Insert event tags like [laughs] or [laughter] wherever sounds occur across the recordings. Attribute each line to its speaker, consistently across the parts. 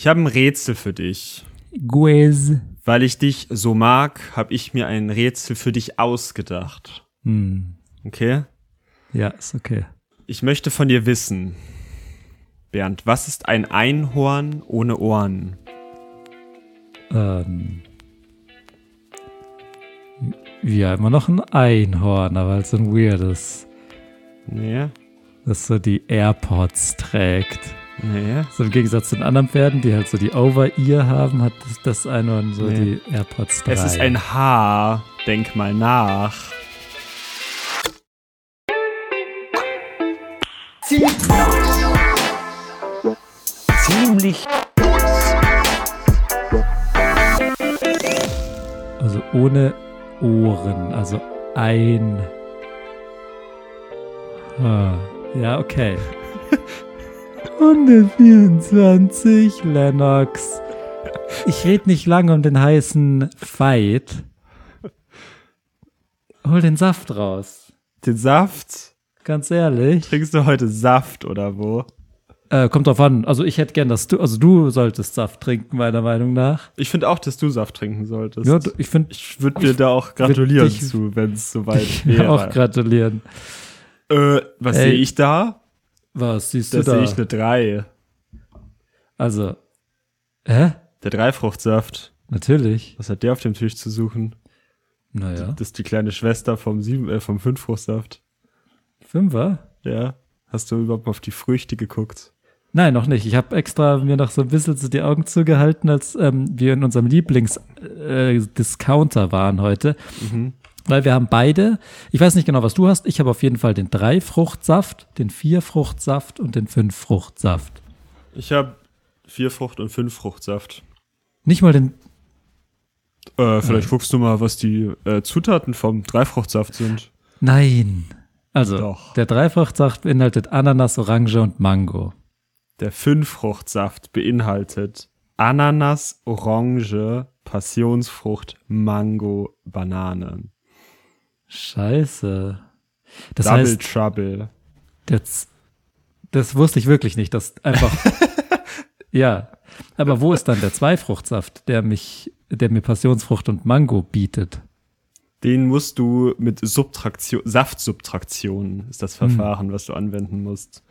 Speaker 1: Ich habe ein Rätsel für dich.
Speaker 2: Guez.
Speaker 1: Weil ich dich so mag, habe ich mir ein Rätsel für dich ausgedacht.
Speaker 2: Hm.
Speaker 1: Okay?
Speaker 2: Ja, ist okay.
Speaker 1: Ich möchte von dir wissen, Bernd, was ist ein Einhorn ohne Ohren?
Speaker 2: Ähm. Ja, immer noch ein Einhorn, aber halt so ein weirdes,
Speaker 1: Nee,
Speaker 2: das so die AirPods trägt.
Speaker 1: nee.
Speaker 2: So im Gegensatz zu den anderen Pferden, die halt so die Over-Ear haben, hat das, das Einhorn so
Speaker 1: Nee.
Speaker 2: die AirPods
Speaker 1: Es ist
Speaker 2: tragen.
Speaker 1: ein Haar. Denk mal nach.
Speaker 2: Also ohne Ohren, also ein. Ah, Ja, [laughs] okay. 124 Lennox. Ich rede nicht lange um den heißen Fight. Hol den Saft raus.
Speaker 1: Den Saft?
Speaker 2: Ganz ehrlich.
Speaker 1: Trinkst du heute Saft oder wo?
Speaker 2: Äh, kommt drauf an. Also ich hätte gern, dass du, also du solltest Saft trinken, meiner Meinung nach.
Speaker 1: Ich finde auch, dass du Saft trinken solltest.
Speaker 2: Ja, du- ich finde,
Speaker 1: ich würde dir da auch gratulieren
Speaker 2: dich-
Speaker 1: zu, wenn es soweit
Speaker 2: [laughs] ich will auch
Speaker 1: wäre.
Speaker 2: gratulieren.
Speaker 1: Äh, was
Speaker 2: Ey.
Speaker 1: sehe ich da?
Speaker 2: Was siehst
Speaker 1: Da
Speaker 2: du da?
Speaker 1: sehe ich eine 3.
Speaker 2: also, hä?
Speaker 1: Der Dreifruchtsaft.
Speaker 2: Natürlich.
Speaker 1: Was hat der auf dem Tisch zu suchen?
Speaker 2: Naja.
Speaker 1: Das ist die kleine Schwester vom, sieben, äh, vom Fünffruchtsaft.
Speaker 2: Fünfer?
Speaker 1: Ja. Hast du überhaupt mal auf die Früchte geguckt?
Speaker 2: Nein, noch nicht. Ich habe extra mir noch so ein bisschen so die Augen zugehalten, als ähm, wir in unserem Lieblings-Discounter waren heute.
Speaker 1: Mhm.
Speaker 2: Weil wir haben beide, ich weiß nicht genau, was du hast, ich habe auf jeden Fall den Drei-Fruchtsaft, den Vier-Fruchtsaft und den Fünf-Fruchtsaft.
Speaker 1: Ich habe vier Frucht- und fünf Fruchtsaft.
Speaker 2: Nicht mal den,
Speaker 1: Äh, vielleicht guckst du mal, was die äh, Zutaten vom Dreifruchtsaft sind.
Speaker 2: nein. Also,
Speaker 1: Doch.
Speaker 2: der Dreifruchtsaft beinhaltet Ananas, Orange und Mango.
Speaker 1: Der Fünffruchtsaft beinhaltet Ananas, Orange, Passionsfrucht, Mango, Bananen.
Speaker 2: Scheiße. Das
Speaker 1: Double
Speaker 2: heißt,
Speaker 1: Trouble.
Speaker 2: Das, das wusste ich wirklich nicht. Das einfach. ja. Aber wo ist dann der Zweifruchtsaft, der mich, der mir Passionsfrucht und Mango bietet?
Speaker 1: Den musst du mit Subtraktion, Saftsubtraktion ist das
Speaker 2: Hm.
Speaker 1: Verfahren, was du anwenden musst.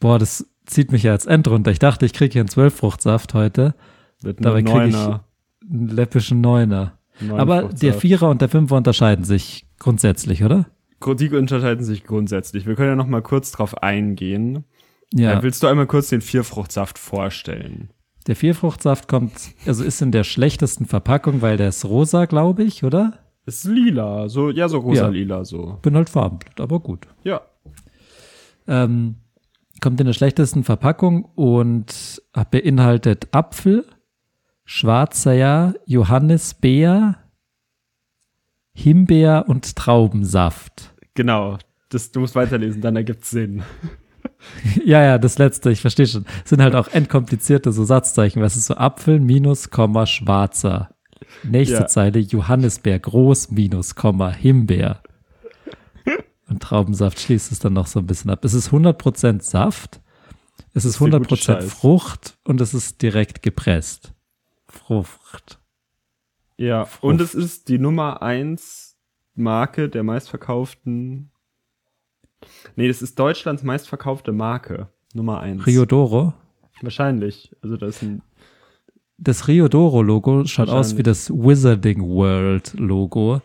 Speaker 2: Boah, das zieht mich ja als End runter. Ich dachte, ich kriege hier einen Zwölffruchtsaft heute,
Speaker 1: Mit
Speaker 2: Dabei
Speaker 1: einem
Speaker 2: krieg ich-
Speaker 1: Neuner.
Speaker 2: einen läppischen Neuner.
Speaker 1: Neun
Speaker 2: Aber
Speaker 1: Fruchtsaft.
Speaker 2: der Vierer und der Fünfer unterscheiden sich grundsätzlich, oder?
Speaker 1: Gru- Die unterscheiden sich grundsätzlich. Wir können ja noch mal kurz drauf eingehen.
Speaker 2: Ja.
Speaker 1: Äh, Willst du einmal kurz den Vierfruchtsaft vorstellen?
Speaker 2: Der Vierfruchtsaft kommt, also ist in der schlechtesten Verpackung, weil der ist rosa, glaube ich, oder?
Speaker 1: Ist lila, so ja, so rosa
Speaker 2: Ja.
Speaker 1: lila so.
Speaker 2: Bin halt farbenblind, aber gut.
Speaker 1: Ja.
Speaker 2: ähm, kommt in der schlechtesten Verpackung und beinhaltet Apfel, Schwarzer, Johannisbeer, Himbeer und Traubensaft.
Speaker 1: Genau. Das, du musst weiterlesen, dann ergibt's Sinn.
Speaker 2: ja, ja, das letzte, ich verstehe schon. Es sind halt auch entkomplizierte so Satzzeichen. Was ist so Apfel minus Komma Schwarzer? Nächste
Speaker 1: Ja.
Speaker 2: Zeile Johannisbeer groß minus Komma Himbeer. Und Traubensaft schließt es dann noch so ein bisschen ab. Es ist 100% Saft, es ist
Speaker 1: ist der gute
Speaker 2: 100%
Speaker 1: Scheiß.
Speaker 2: Frucht und es ist direkt gepresst. Frucht.
Speaker 1: Ja. Und es ist die Nummer eins Marke der meistverkauften. Nee, das ist Deutschlands meistverkaufte Marke. Nummer eins.
Speaker 2: Riodoro.
Speaker 1: Wahrscheinlich. Also da ist ein
Speaker 2: Das Riodoro-Logo schaut aus wie das Wizarding World-Logo.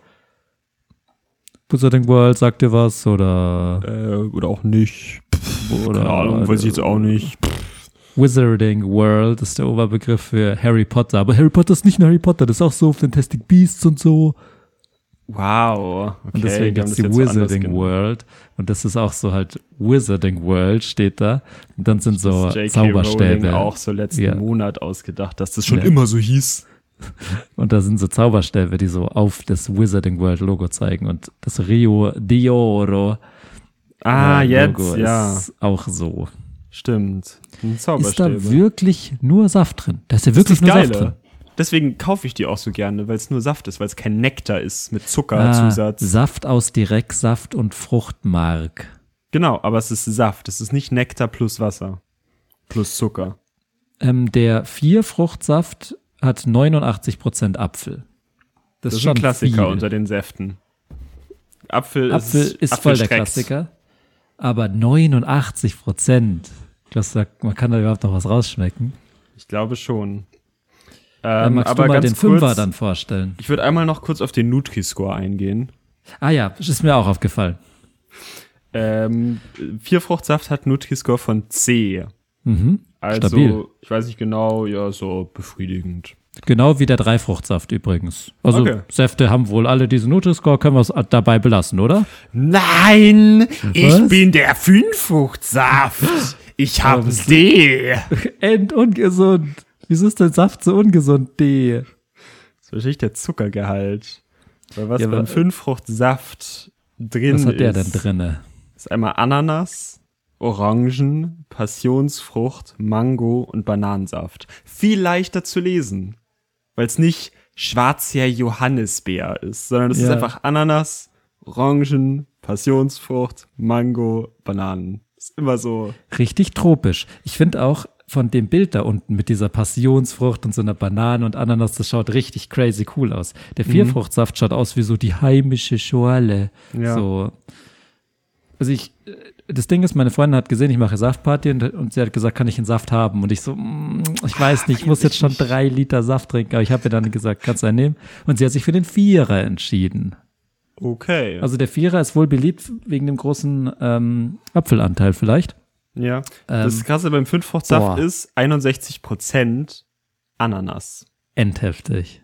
Speaker 2: Wizarding World, sagt ihr was? Oder,
Speaker 1: äh, oder auch nicht.
Speaker 2: oder
Speaker 1: auch nicht.
Speaker 2: Wizarding World ist der Oberbegriff für Harry Potter. Aber Harry Potter ist nicht nur Harry Potter, das ist auch so Fantastic Beasts und so.
Speaker 1: Wow. Okay,
Speaker 2: Und deswegen
Speaker 1: die haben
Speaker 2: gibt's
Speaker 1: das
Speaker 2: die
Speaker 1: jetzt so anders
Speaker 2: Wizarding
Speaker 1: genannt.
Speaker 2: World. Und das ist auch so halt Wizarding World steht da. Und dann sind so
Speaker 1: Das J.K. Rowling
Speaker 2: Zauberstäbe.
Speaker 1: auch so letzten
Speaker 2: Ja.
Speaker 1: Monat ausgedacht, dass das schon
Speaker 2: Ja.
Speaker 1: immer so hieß.
Speaker 2: [laughs] Und da sind so Zauberstäbe, die so auf das Wizarding World Logo zeigen. Und das Rio Dioro
Speaker 1: Ah,
Speaker 2: äh,
Speaker 1: jetzt,
Speaker 2: Logo
Speaker 1: ja.
Speaker 2: ist auch so.
Speaker 1: Stimmt. Ein
Speaker 2: Ist
Speaker 1: Zauberstäbe.
Speaker 2: da wirklich nur Saft drin? Da ist ja wirklich
Speaker 1: das
Speaker 2: nur Saft drin.
Speaker 1: Geile. Deswegen kaufe ich die auch so gerne, weil es nur Saft ist, weil es kein Nektar ist mit Zuckerzusatz.
Speaker 2: Ah, Saft aus Direktsaft und Fruchtmark.
Speaker 1: genau, aber es ist Saft. Es ist nicht Nektar plus Wasser. Plus Zucker.
Speaker 2: Ähm, der Vier-Fruchtsaft hat 89% Apfel.
Speaker 1: Das, ist ein Klassiker unter den Säften. Apfel,
Speaker 2: Apfel ist, voll der
Speaker 1: Apfelstrecks.
Speaker 2: Klassiker. Aber 89 Prozent. Das sagt, man kann da überhaupt noch was rausschmecken.
Speaker 1: Ich glaube schon.
Speaker 2: Ähm,
Speaker 1: Ähm,
Speaker 2: magst
Speaker 1: aber
Speaker 2: du mal
Speaker 1: ganz
Speaker 2: den Fünfer
Speaker 1: kurz,
Speaker 2: dann vorstellen?
Speaker 1: Ich würde einmal noch kurz auf den Nutri-Score eingehen.
Speaker 2: Ah ja, ist mir auch aufgefallen.
Speaker 1: Ähm, Vierfruchtsaft hat Nutri-Score von C.
Speaker 2: Mhm.
Speaker 1: Also,
Speaker 2: Stabil.
Speaker 1: ich weiß nicht genau, ja, so befriedigend.
Speaker 2: Genau wie der Dreifruchtsaft übrigens. Also
Speaker 1: Okay.
Speaker 2: Säfte haben wohl alle diesen Nutri-Score, können wir es dabei belassen, oder?
Speaker 1: Nein,
Speaker 2: ich
Speaker 1: bin der Fünffruchtsaft. Ich habe D.
Speaker 2: Endungesund. Wieso ist denn Saft so ungesund, D?
Speaker 1: Das ist wahrscheinlich der Zuckergehalt. Weil was
Speaker 2: Ja, aber-
Speaker 1: beim Fünffruchtsaft drin
Speaker 2: Was hat der denn
Speaker 1: ist,
Speaker 2: drinne?
Speaker 1: ist einmal Ananas, Orangen, Passionsfrucht, Mango und Bananensaft. Viel leichter zu lesen, weil es nicht schwarzer Johannisbeer ist, sondern es ist
Speaker 2: Ja.
Speaker 1: einfach Ananas, Orangen, Passionsfrucht, Mango, Bananen. Ist immer so.
Speaker 2: Richtig tropisch. Ich finde auch von dem Bild da unten mit dieser Passionsfrucht und so einer Banane und Ananas, das schaut richtig crazy cool aus. Der Vierfruchtsaft schaut aus wie so die heimische Schorle.
Speaker 1: Ja.
Speaker 2: So. Also ich, äh, das Ding ist, meine Freundin hat gesehen, ich mache Saftparty und, und sie hat gesagt, kann ich einen Saft haben? Und ich so, mm, ich weiß nicht, ich muss jetzt schon drei Liter Saft trinken. Aber ich habe ihr dann gesagt, kannst du einen nehmen? Und sie hat sich für den Vierer entschieden.
Speaker 1: Okay.
Speaker 2: Also der Vierer ist wohl beliebt wegen dem großen ähm, Apfelanteil vielleicht.
Speaker 1: ja. das Krasse beim Fünffruchtsaft
Speaker 2: Ähm, boah.
Speaker 1: ist 61% Ananas.
Speaker 2: Endheftig.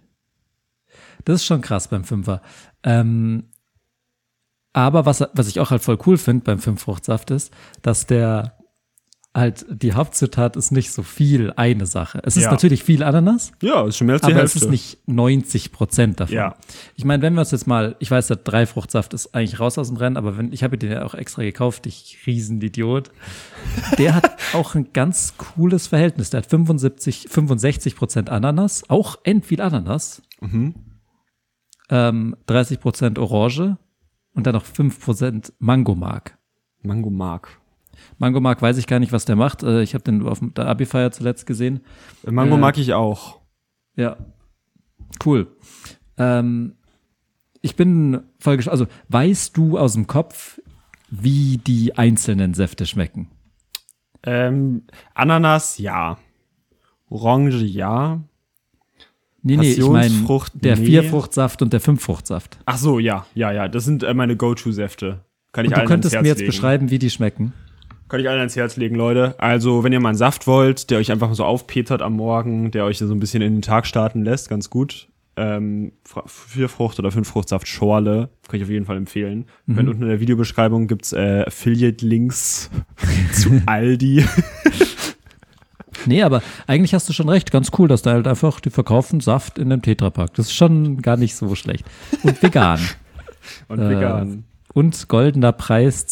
Speaker 2: Das ist schon krass beim Fünfer. Ähm, aber was, was ich auch halt voll cool finde beim Fünffruchtsaft ist, dass der halt die Hauptzutat ist nicht so viel eine Sache. Es ist
Speaker 1: Ja.
Speaker 2: natürlich viel Ananas,
Speaker 1: Ja, ist schon mehr als die
Speaker 2: aber es
Speaker 1: Hälfte.
Speaker 2: ist nicht 90 Prozent davon.
Speaker 1: Ja.
Speaker 2: Ich meine, wenn wir uns jetzt mal, ich weiß, der Dreifruchtsaft ist eigentlich raus aus dem Rennen, aber wenn, ich habe den ja auch extra gekauft, ich Riesenidiot.
Speaker 1: [laughs]
Speaker 2: Der hat auch ein ganz cooles Verhältnis. Der hat 75, 65 Prozent Ananas, auch end viel Ananas,
Speaker 1: Mhm.
Speaker 2: ähm, 30 Prozent Orange und dann noch 5 Prozent Mangomark.
Speaker 1: Mango Mark.
Speaker 2: Mangomark weiß ich gar nicht, was der macht. Äh, Ich habe den auf der Abi-Feier zuletzt gesehen.
Speaker 1: Mango
Speaker 2: Äh,
Speaker 1: mag ich auch.
Speaker 2: Ja. Cool. Ähm, ich bin voll gespannt. Also, weißt du aus dem Kopf, wie die einzelnen Säfte schmecken?
Speaker 1: Ähm, Ananas, ja. Orange, ja.
Speaker 2: Nee, nee, ich meine,
Speaker 1: Passionsfrucht,
Speaker 2: der
Speaker 1: nee.
Speaker 2: Vierfruchtsaft und der Fünffruchtsaft.
Speaker 1: Ach so, ja, ja, ja. Das sind äh, meine Go-To-Säfte. Kann ich
Speaker 2: Und
Speaker 1: allen
Speaker 2: du
Speaker 1: ans
Speaker 2: könntest
Speaker 1: Herz
Speaker 2: mir jetzt
Speaker 1: legen.
Speaker 2: beschreiben, wie die schmecken.
Speaker 1: Kann ich allen ans Herz legen, Leute. Also, wenn ihr mal einen Saft wollt, der euch einfach so aufpetert am Morgen, der euch so ein bisschen in den Tag starten lässt, ganz gut. Ähm, Fra- vier Frucht oder fünf Fruchtsaft Schorle, kann ich auf jeden Fall empfehlen. Wenn unten in der Videobeschreibung gibt's äh, [laughs] Affiliate-Links zu [laughs] Aldi.
Speaker 2: Nee, aber eigentlich hast du schon recht. Ganz cool, dass da halt einfach, die verkaufen Saft in einem Tetrapack. Das ist schon gar nicht so schlecht.
Speaker 1: [laughs]
Speaker 2: Und vegan.
Speaker 1: Und vegan.
Speaker 2: Äh, und goldener Preis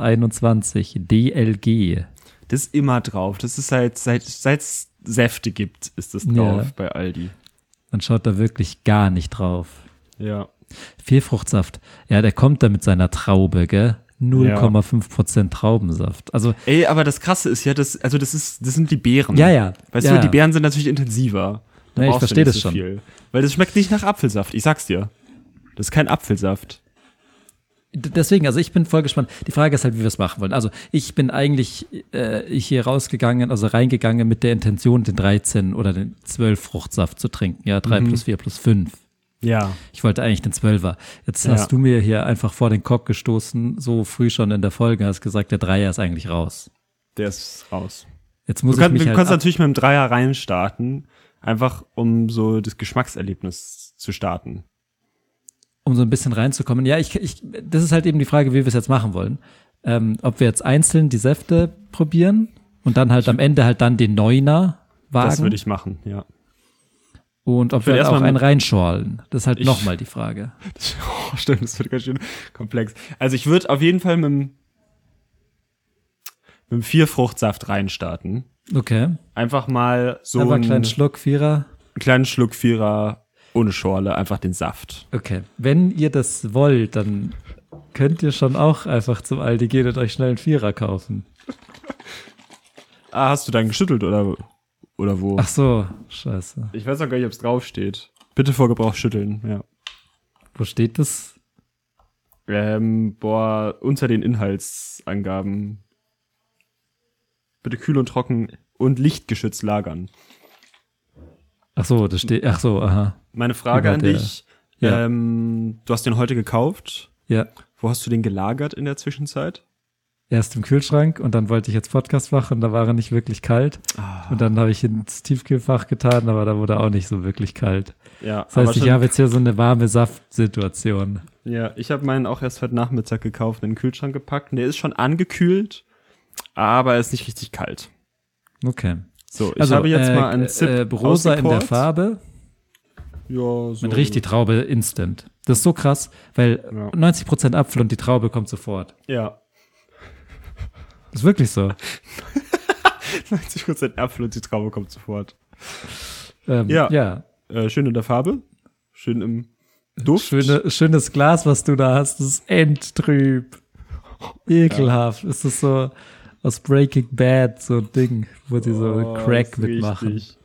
Speaker 2: 2021, DLG.
Speaker 1: Das ist immer drauf. Das ist seit, seit, seit es Säfte gibt, ist das drauf
Speaker 2: Ja.
Speaker 1: bei Aldi.
Speaker 2: Man schaut da wirklich gar nicht drauf.
Speaker 1: Ja.
Speaker 2: Fehlfruchtsaft. Ja, der kommt da mit seiner Traube, gell? 0,5% Traubensaft. Also,
Speaker 1: Ey, aber das Krasse ist ja, das, also das ist, das sind die Beeren.
Speaker 2: Ja, ja.
Speaker 1: Weißt
Speaker 2: Ja,
Speaker 1: du, die
Speaker 2: ja.
Speaker 1: Beeren sind natürlich intensiver. Da
Speaker 2: Ja, ich
Speaker 1: brauchst du
Speaker 2: verstehe
Speaker 1: nicht
Speaker 2: das schon.
Speaker 1: Viel. Weil das schmeckt nicht nach Apfelsaft, ich sag's dir. Das ist kein Apfelsaft.
Speaker 2: d- deswegen, also ich bin voll gespannt. Die Frage ist halt, wie wir es machen wollen. Also, ich bin eigentlich äh, hier rausgegangen, also reingegangen mit der Intention, den 13 oder den 12 Fruchtsaft zu trinken. Ja,
Speaker 1: Mhm.
Speaker 2: 3 plus 4 plus 5.
Speaker 1: Ja.
Speaker 2: Ich wollte eigentlich den Zwölfer. Jetzt hast
Speaker 1: Ja.
Speaker 2: du mir hier einfach vor den Kopf gestoßen, so früh schon in der Folge, hast gesagt, der Dreier ist eigentlich raus.
Speaker 1: Der ist raus.
Speaker 2: Jetzt muss
Speaker 1: Du, kann, du
Speaker 2: ich mich halt
Speaker 1: kannst
Speaker 2: ab-
Speaker 1: natürlich mit dem Dreier reinstarten, einfach um so das Geschmackserlebnis zu starten.
Speaker 2: um so ein bisschen reinzukommen. Ja, ich, ich, das ist halt eben die Frage, wie wir es jetzt machen wollen. Ähm, ob wir jetzt einzeln die Säfte probieren und dann halt am Ende halt dann den Neuner
Speaker 1: Das würde
Speaker 2: wagen
Speaker 1: ich machen,
Speaker 2: [laughs]
Speaker 1: ja.
Speaker 2: und ob wir
Speaker 1: würd
Speaker 2: halt auch
Speaker 1: erstmal
Speaker 2: einen
Speaker 1: mit-
Speaker 2: reinschorlen. Das ist halt
Speaker 1: Ich-
Speaker 2: nochmal die Frage.
Speaker 1: Oh, stimmt, das wird ganz schön komplex. Also ich würde auf jeden Fall mit dem, mit dem Vierfruchtsaft reinstarten.
Speaker 2: Okay,
Speaker 1: Einfach mal so
Speaker 2: aber
Speaker 1: einen
Speaker 2: kleinen Schluck, Vierer.
Speaker 1: kleinen Schluck Vierer ohne Schorle, einfach den Saft.
Speaker 2: Okay, wenn ihr das wollt, dann könnt ihr schon auch einfach zum Aldi gehen und euch schnell einen Vierer kaufen.
Speaker 1: Ah, hast du dann geschüttelt oder, oder wo.
Speaker 2: Ach so, scheiße.
Speaker 1: Ich weiß auch gar nicht, ob es draufsteht. Bitte vor Gebrauch schütteln, ja.
Speaker 2: Wo steht das?
Speaker 1: Ähm, boah, unter den Inhaltsangaben. Bitte kühl und trocken und lichtgeschützt lagern.
Speaker 2: Ach so, das steht. Ach so, aha.
Speaker 1: Meine Frage
Speaker 2: Über
Speaker 1: an
Speaker 2: der-
Speaker 1: dich.
Speaker 2: ja.
Speaker 1: Ähm, du hast den heute gekauft.
Speaker 2: Ja.
Speaker 1: Wo hast du den gelagert in der Zwischenzeit?
Speaker 2: Erst im Kühlschrank und dann wollte ich jetzt Podcast machen und da war er nicht wirklich kalt.
Speaker 1: Ah.
Speaker 2: Und dann habe ich ihn ins Tiefkühlfach getan, aber da wurde er auch nicht so wirklich kalt.
Speaker 1: Ja,
Speaker 2: Das heißt, ich habe jetzt hier so eine warme Saftsituation.
Speaker 1: Ja, ich habe meinen auch erst heute Nachmittag gekauft, in den Kühlschrank gepackt. Und der ist schon angekühlt, aber er ist nicht richtig kalt.
Speaker 2: Okay.
Speaker 1: So, ich habe jetzt mal einen Zip
Speaker 2: Also, äh, rosa in der
Speaker 1: ausgekocht.
Speaker 2: Farbe.
Speaker 1: Ja, so.
Speaker 2: Mit richtig Traube instant. Das ist so krass, weil
Speaker 1: Ja.
Speaker 2: 90% Apfel und die Traube kommt sofort.
Speaker 1: Ja. [laughs]
Speaker 2: Ist wirklich so.
Speaker 1: 90% Apfel und die Traube kommt sofort.
Speaker 2: Ähm,
Speaker 1: Ja.
Speaker 2: ja.
Speaker 1: Äh, schön in der Farbe. Schön im Duft.
Speaker 2: Schöne, schönes Glas, was du da hast, das ist endtrüb. Ekelhaft. Ist das so aus Breaking Bad, so ein Ding, wo die so
Speaker 1: Oh,
Speaker 2: Crack
Speaker 1: ist
Speaker 2: mitmachen.
Speaker 1: richtig.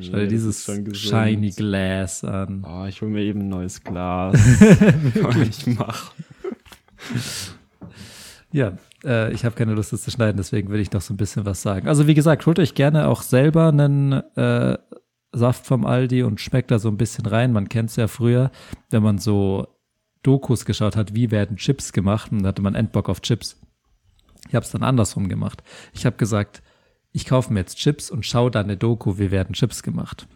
Speaker 2: Schau dir
Speaker 1: Nee, das
Speaker 2: dieses
Speaker 1: ist schon gesund.
Speaker 2: shiny Glass an.
Speaker 1: Oh, ich hol mir eben ein neues
Speaker 2: [laughs]
Speaker 1: Glas. [laughs] Kann ich mach.
Speaker 2: Ja, äh, ich habe keine Lust, das zu schneiden, deswegen will ich noch so ein bisschen was sagen. Also wie gesagt, holt euch gerne auch selber einen äh, Saft vom Aldi und schmeckt da so ein bisschen rein. Man kennt es ja früher, wenn man so Dokus geschaut hat, wie werden Chips gemacht, und da hatte man Endbock auf Chips. Ich habe es dann andersrum gemacht. Ich habe gesagt, ich kaufe mir jetzt Chips und schaue dann eine Doku, wie werden Chips gemacht.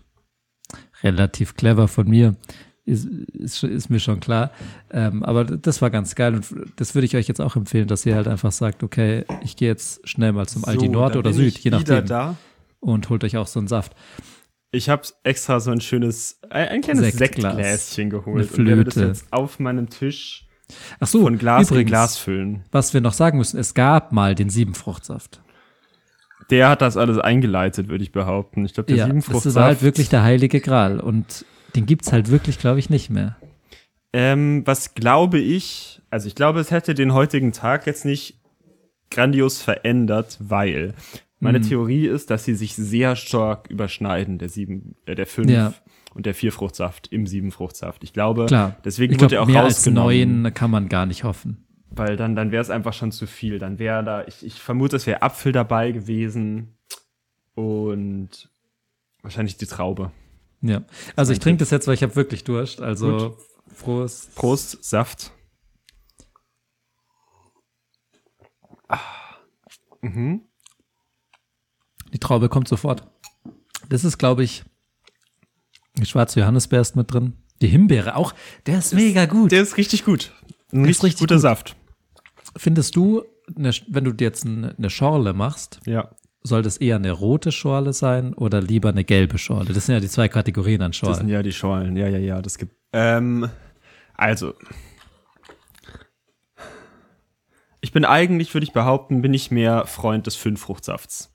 Speaker 2: Relativ clever von mir, ist, ist, ist mir schon klar. Ähm, aber das war ganz geil und das würde ich euch jetzt auch empfehlen, dass ihr halt einfach sagt, okay, ich gehe jetzt schnell mal zum Aldi
Speaker 1: So,
Speaker 2: Nord
Speaker 1: da
Speaker 2: oder
Speaker 1: bin
Speaker 2: Süd,
Speaker 1: ich
Speaker 2: je
Speaker 1: wieder
Speaker 2: nachdem,
Speaker 1: Da.
Speaker 2: und holt euch auch so einen Saft.
Speaker 1: Ich habe extra so ein schönes, ein, ein kleines
Speaker 2: Sektglas.
Speaker 1: Sektgläschen geholt.
Speaker 2: Eine
Speaker 1: Und werde das
Speaker 2: Flöte.
Speaker 1: jetzt auf meinem Tisch
Speaker 2: Ach so,
Speaker 1: von Glas
Speaker 2: übrigens,
Speaker 1: in Glas füllen.
Speaker 2: was wir noch sagen müssen, es gab mal den Siebenfruchtsaft.
Speaker 1: Der hat das alles eingeleitet, würde ich behaupten. Ich glaube, der
Speaker 2: Ja,
Speaker 1: Siebenfruchtsaft.
Speaker 2: das ist halt wirklich der heilige Gral und den gibt's halt wirklich, glaube ich, nicht mehr.
Speaker 1: Ähm, was glaube ich, also ich glaube, es hätte den heutigen Tag jetzt nicht grandios verändert, weil meine
Speaker 2: Hm.
Speaker 1: Theorie ist, dass sie sich sehr stark überschneiden, der sieben, äh, der fünf
Speaker 2: Ja.
Speaker 1: und der vier Fruchtsaft im sieben Fruchtsaft. Ich glaube,
Speaker 2: Klar.
Speaker 1: deswegen
Speaker 2: ich
Speaker 1: wird
Speaker 2: glaub,
Speaker 1: er auch
Speaker 2: mehr als
Speaker 1: rausgenommen,
Speaker 2: neun kann man gar nicht hoffen.
Speaker 1: weil dann, dann wäre es einfach schon zu viel. Dann wäre da, ich, ich vermute, es wäre Apfel dabei gewesen und wahrscheinlich die Traube.
Speaker 2: Ja. Also ich
Speaker 1: Tipp.
Speaker 2: trinke das jetzt, weil ich habe wirklich Durst. Also frohes.
Speaker 1: Prost, Saft.
Speaker 2: Die Traube kommt sofort. Das ist, glaube ich, die schwarze Johannisbeere ist mit drin. Die Himbeere auch. Der ist mega gut.
Speaker 1: Der ist richtig gut. Ein
Speaker 2: Ist
Speaker 1: richtig,
Speaker 2: richtig
Speaker 1: guter Saft.
Speaker 2: Findest du, eine, wenn du dir jetzt eine, eine Schorle machst,
Speaker 1: Ja.
Speaker 2: soll das eher eine rote Schorle sein oder lieber eine gelbe Schorle? Das sind ja die zwei Kategorien an
Speaker 1: Das sind
Speaker 2: Schorlen.
Speaker 1: ja die Schorlen, ja, ja, ja, das gibt. Ähm, also. Ich bin eigentlich, würde ich behaupten, bin ich mehr Freund des Fünffruchtsafts.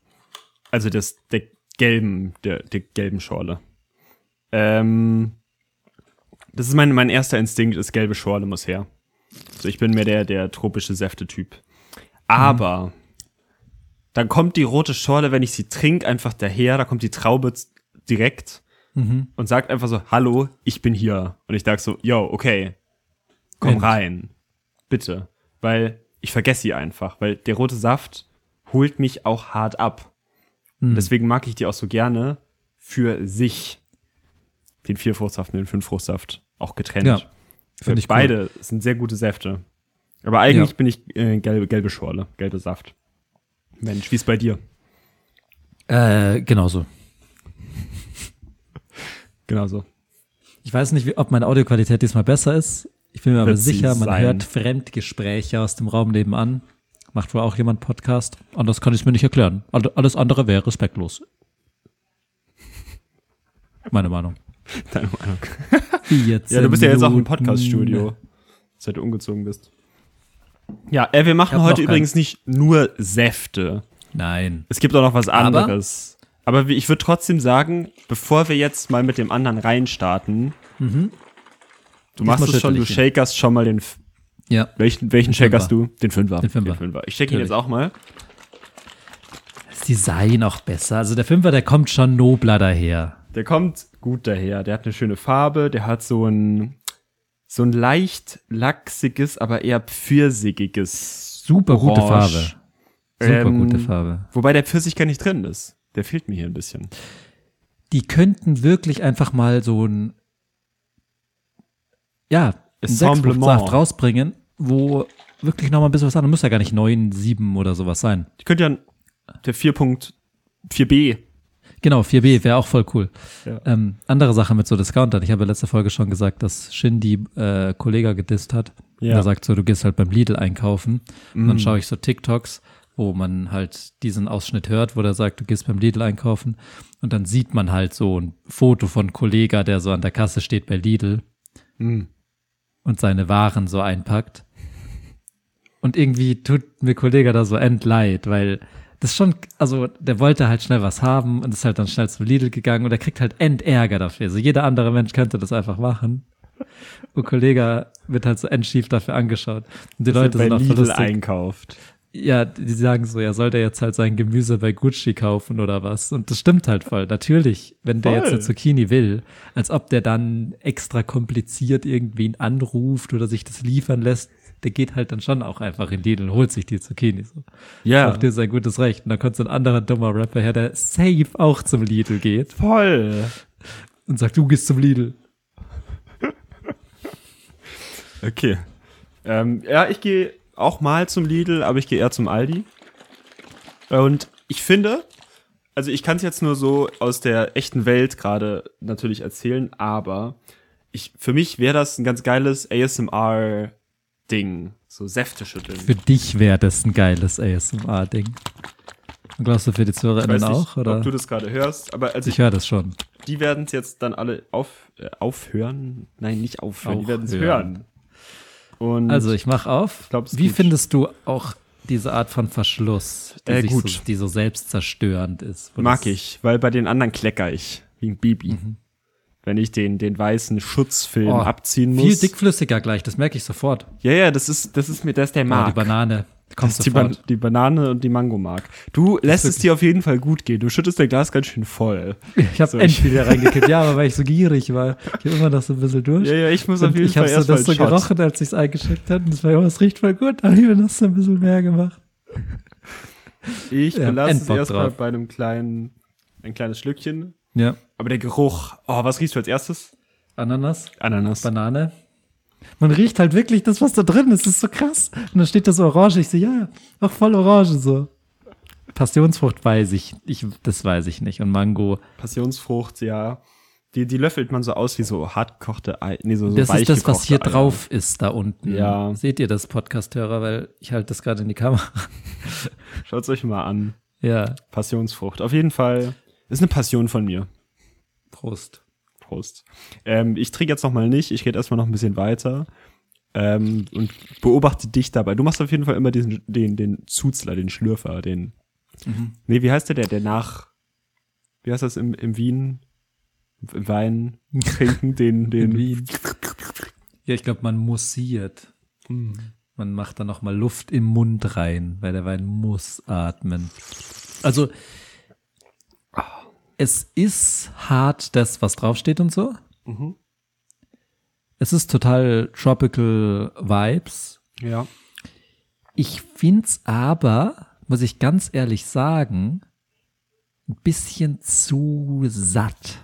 Speaker 1: Also des, der gelben, der, der gelben Schorle. Ähm, das ist mein, mein erster Instinkt, ist gelbe Schorle muss her. So, ich bin mehr der, der tropische Säfte-Typ. Aber dann kommt die rote Schorle, wenn ich sie trinke, einfach daher, da kommt die Traube z- direkt
Speaker 2: Mhm.
Speaker 1: und sagt einfach so, hallo, ich bin hier. Und ich sag so, yo, okay, komm
Speaker 2: Mensch.
Speaker 1: rein, bitte. Weil ich vergesse sie einfach, weil der rote Saft holt mich auch hart ab.
Speaker 2: Mhm.
Speaker 1: Deswegen mag ich die auch so gerne für sich. Den Vierfruchtsaft und den Fünffruchtsaft auch getrennt.
Speaker 2: Ja,
Speaker 1: Weil
Speaker 2: finde ich cool.
Speaker 1: beide sind sehr gute Säfte. Aber eigentlich
Speaker 2: Ja.
Speaker 1: bin ich äh, gelbe, gelbe Schorle, gelbe Saft. Mensch, wie ist bei dir?
Speaker 2: Äh, genauso.
Speaker 1: Genauso.
Speaker 2: Ich weiß nicht, wie, ob meine Audioqualität diesmal besser ist. Ich bin mir aber
Speaker 1: Wird sie
Speaker 2: sicher, man
Speaker 1: sein.
Speaker 2: hört Fremdgespräche aus dem Raum nebenan. Macht wohl auch jemand Podcast. Anders kann ich es mir nicht erklären. Al- Alles andere wäre respektlos. Meine Meinung.
Speaker 1: [laughs] Deine Meinung.
Speaker 2: Jetzt
Speaker 1: Ja, du bist ja jetzt auch im
Speaker 2: Minuten.
Speaker 1: Podcast-Studio, seit du umgezogen bist. Ja, äh, wir machen
Speaker 2: hab noch
Speaker 1: heute
Speaker 2: kein-
Speaker 1: übrigens nicht nur Säfte.
Speaker 2: Nein.
Speaker 1: Es gibt auch noch was
Speaker 2: Aber-
Speaker 1: anderes. Aber, wie- ich würde trotzdem sagen, bevor wir jetzt mal mit dem anderen reinstarten, du Mhm. machst
Speaker 2: Diesmal
Speaker 1: es schon, du
Speaker 2: schüttel
Speaker 1: shakerst schon mal den. F
Speaker 2: Ja.
Speaker 1: welchen welchen shakerst du? Den Fünfer.
Speaker 2: Den Fünfer.
Speaker 1: Den Fünfer. Ich shake ihn
Speaker 2: Natürlich.
Speaker 1: jetzt auch mal.
Speaker 2: Design auch besser. Also der Fünfer, der kommt schon nobler daher.
Speaker 1: Der kommt gut daher. Der hat eine schöne Farbe, der hat so ein, so ein leicht lachsiges, aber eher pfirsigiges.
Speaker 2: Super gute
Speaker 1: Orange.
Speaker 2: Farbe. Super
Speaker 1: Ähm,
Speaker 2: gute Farbe.
Speaker 1: Wobei der Pfirsich gar nicht drin ist. Der fehlt mir hier ein bisschen.
Speaker 2: Die könnten wirklich einfach mal so ein ja, ein
Speaker 1: Assemblement.
Speaker 2: Sechsfruchtsaft rausbringen, wo wirklich noch mal ein bisschen was anderes. Muss ja gar nicht neun, sieben oder sowas sein.
Speaker 1: Die könnte ja ein- der 4.4b.
Speaker 2: Genau, 4B wäre auch voll cool.
Speaker 1: Ja.
Speaker 2: Ähm, andere Sache mit so Discountern. Ich habe letzte Folge schon gesagt, dass Shindy äh, Kollega gedisst hat.
Speaker 1: Ja.
Speaker 2: Er sagt so, du gehst halt beim Lidl einkaufen. Und dann schaue ich so TikToks, wo man halt diesen Ausschnitt hört, wo der sagt, du gehst beim Lidl einkaufen. Und dann sieht man halt so ein Foto von Kollega, der so an der Kasse steht bei Lidl
Speaker 1: Mhm.
Speaker 2: und seine Waren so einpackt. Und irgendwie tut mir Kollege da so entleid, weil das schon, also der wollte halt schnell was haben und ist halt dann schnell zum Lidl gegangen und er kriegt halt Endärger dafür. Also jeder andere Mensch könnte das einfach machen. Und Kollege wird halt so endschief dafür angeschaut. Und die Leute
Speaker 1: bei
Speaker 2: sind auch voll
Speaker 1: Lidl
Speaker 2: lustig.
Speaker 1: einkauft.
Speaker 2: Ja, die sagen so, ja, soll der jetzt halt sein Gemüse bei Gucci kaufen oder was? Und das stimmt halt voll. Natürlich, wenn der
Speaker 1: Voll.
Speaker 2: jetzt eine Zucchini will, als ob der dann extra kompliziert irgendwen anruft oder sich das liefern lässt, der geht halt dann schon auch einfach in Lidl und holt sich die Zucchini. So.
Speaker 1: Ja.
Speaker 2: Auch dir sein gutes Recht. Und dann kommt so ein anderer dummer Rapper her, der safe auch zum Lidl geht
Speaker 1: Voll.
Speaker 2: und sagt, du gehst zum Lidl.
Speaker 1: Okay. Ähm, ja, ich gehe auch mal zum Lidl, aber ich gehe eher zum Aldi. Und ich finde, also ich kann es jetzt nur so aus der echten Welt gerade natürlich erzählen, aber ich, für mich wäre das ein ganz geiles ASMR-Ding. So Säfte schütteln.
Speaker 2: Für dich wäre das ein geiles ASMR-Ding. Und glaubst du für die
Speaker 1: weiß
Speaker 2: ZuhörerInnen
Speaker 1: nicht,
Speaker 2: auch? Oder?
Speaker 1: ob du das gerade hörst, aber also
Speaker 2: ich höre das schon.
Speaker 1: ich, die werden es jetzt dann alle auf, äh, aufhören. Nein, nicht aufhören, die
Speaker 2: Auch
Speaker 1: werden es hören.
Speaker 2: hören.
Speaker 1: Und
Speaker 2: Also ich mach auf.
Speaker 1: glaub's
Speaker 2: Wie
Speaker 1: gut.
Speaker 2: findest du auch diese Art von Verschluss, die,
Speaker 1: Äh,
Speaker 2: sich
Speaker 1: gut.
Speaker 2: So, die so selbstzerstörend ist? wo
Speaker 1: Mag
Speaker 2: das- Mhm.
Speaker 1: ich, weil bei den anderen klecker ich, wie ein Baby. Wenn ich den, den weißen Schutzfilm
Speaker 2: Oh,
Speaker 1: abziehen
Speaker 2: Viel
Speaker 1: muss.
Speaker 2: dickflüssiger gleich, das merke ich sofort.
Speaker 1: ja, ja, das ist, das ist mir, das ist der
Speaker 2: Ah,
Speaker 1: Mark.
Speaker 2: die Banane kommt
Speaker 1: Das ist die, Ban
Speaker 2: sofort.
Speaker 1: die Banane und die Mango Mark. Du lässt es dir auf jeden Fall gut gehen. Du schüttest dein Glas ganz schön
Speaker 2: [laughs]
Speaker 1: voll.
Speaker 2: ich habe
Speaker 1: So, ich-
Speaker 2: endlich wieder
Speaker 1: [laughs]
Speaker 2: reingekippt. Ja, aber weil ich so gierig war. Ich habe immer das so ein bisschen durch.
Speaker 1: Ja, ja, ich muss auf
Speaker 2: Und
Speaker 1: jeden
Speaker 2: ich
Speaker 1: Fall
Speaker 2: habe so
Speaker 1: erst mal
Speaker 2: das so
Speaker 1: einen Shot.
Speaker 2: gerochen, als ich es eingeschickt habe. Und das war, oh, es riecht voll gut. Da habe ich mir das so ein bisschen mehr gemacht.
Speaker 1: Ich
Speaker 2: Ja,
Speaker 1: belasse es
Speaker 2: Endbock
Speaker 1: erstmal
Speaker 2: drauf.
Speaker 1: bei einem kleinen, ein kleines Schlückchen.
Speaker 2: Ja.
Speaker 1: Aber der Geruch. Oh, was riechst du als erstes?
Speaker 2: Ananas,
Speaker 1: Ananas.
Speaker 2: Banane. Man riecht halt wirklich das, was da drin ist. Das ist so krass. Und dann steht das Orange. Ich so, ja, auch voll Orange so. Passionsfrucht weiß ich. ich. Das weiß ich nicht. Und Mango.
Speaker 1: Passionsfrucht, ja. Die, die löffelt man so aus wie so hart gekochte Ei. Nee, so, so
Speaker 2: Das
Speaker 1: weich
Speaker 2: ist das, was
Speaker 1: gekochte
Speaker 2: hier
Speaker 1: Eier.
Speaker 2: drauf ist, da unten.
Speaker 1: Ja.
Speaker 2: Seht ihr das, Podcast-Hörer? Weil ich halte das gerade in die Kamera.
Speaker 1: Schaut's euch mal an.
Speaker 2: Ja,
Speaker 1: Passionsfrucht. Auf jeden Fall ist eine Passion von mir.
Speaker 2: Prost.
Speaker 1: Prost. Ähm, ich trinke jetzt nochmal nicht. Ich rede erstmal noch ein bisschen weiter. Ähm, und beobachte dich dabei. Du machst auf jeden Fall immer diesen, den, den Zuzler, den Schlürfer, den.
Speaker 2: Mhm.
Speaker 1: Nee, wie heißt der, der, der nach, wie heißt das im, im Wien? Im Wein trinken, den, den.
Speaker 2: In Wien. [laughs] Ja, ich glaube, man mussiert. Hm. Man macht da nochmal Luft im Mund rein, weil der Wein muss atmen. Also, es ist hart, das, was draufsteht und so. Mhm. Es ist total tropical Vibes.
Speaker 1: Ja.
Speaker 2: Ich find's aber, muss ich ganz ehrlich sagen, ein bisschen zu satt.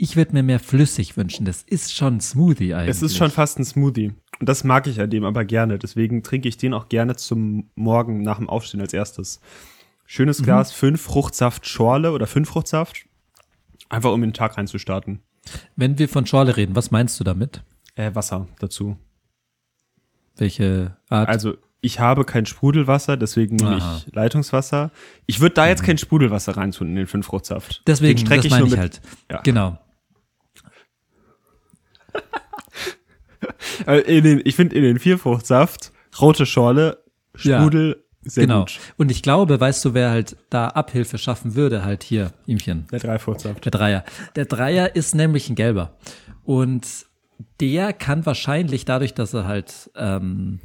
Speaker 2: Ich würde mir mehr flüssig wünschen. Das ist schon ein Smoothie eigentlich.
Speaker 1: Es ist schon fast ein Smoothie. Und das mag ich an dem aber gerne. Deswegen trinke ich den auch gerne zum Morgen nach dem Aufstehen als erstes.
Speaker 2: Mhm.
Speaker 1: Schönes Glas, fünf Fruchtsaft Schorle oder fünf Fruchtsaft. Einfach um in den Tag reinzustarten.
Speaker 2: Wenn wir von Schorle reden, was meinst du damit?
Speaker 1: Äh, Wasser dazu.
Speaker 2: Welche Art?
Speaker 1: Also, ich habe kein Sprudelwasser, deswegen nehme
Speaker 2: Aha. Mhm.
Speaker 1: ich Leitungswasser. Ich würde da jetzt kein Sprudelwasser reintun in den fünf Fruchtsaft.
Speaker 2: Deswegen,
Speaker 1: Den strecke
Speaker 2: das
Speaker 1: ich
Speaker 2: meine
Speaker 1: nur
Speaker 2: ich
Speaker 1: mit,
Speaker 2: halt.
Speaker 1: Ja.
Speaker 2: Genau.
Speaker 1: Äh, in den, ich finde in den vier Fruchtsaft rote Schorle,
Speaker 2: Ja.
Speaker 1: Sprudel, sehr
Speaker 2: genau.
Speaker 1: gut.
Speaker 2: Und ich glaube, weißt du, wer halt da Abhilfe schaffen würde, halt hier, Ihmchen.
Speaker 1: Der drei Fruchtsaft.
Speaker 2: Der Dreier. Der Dreier ist nämlich ein gelber. Und der kann wahrscheinlich dadurch, dass er halt ähm,
Speaker 1: Mhm.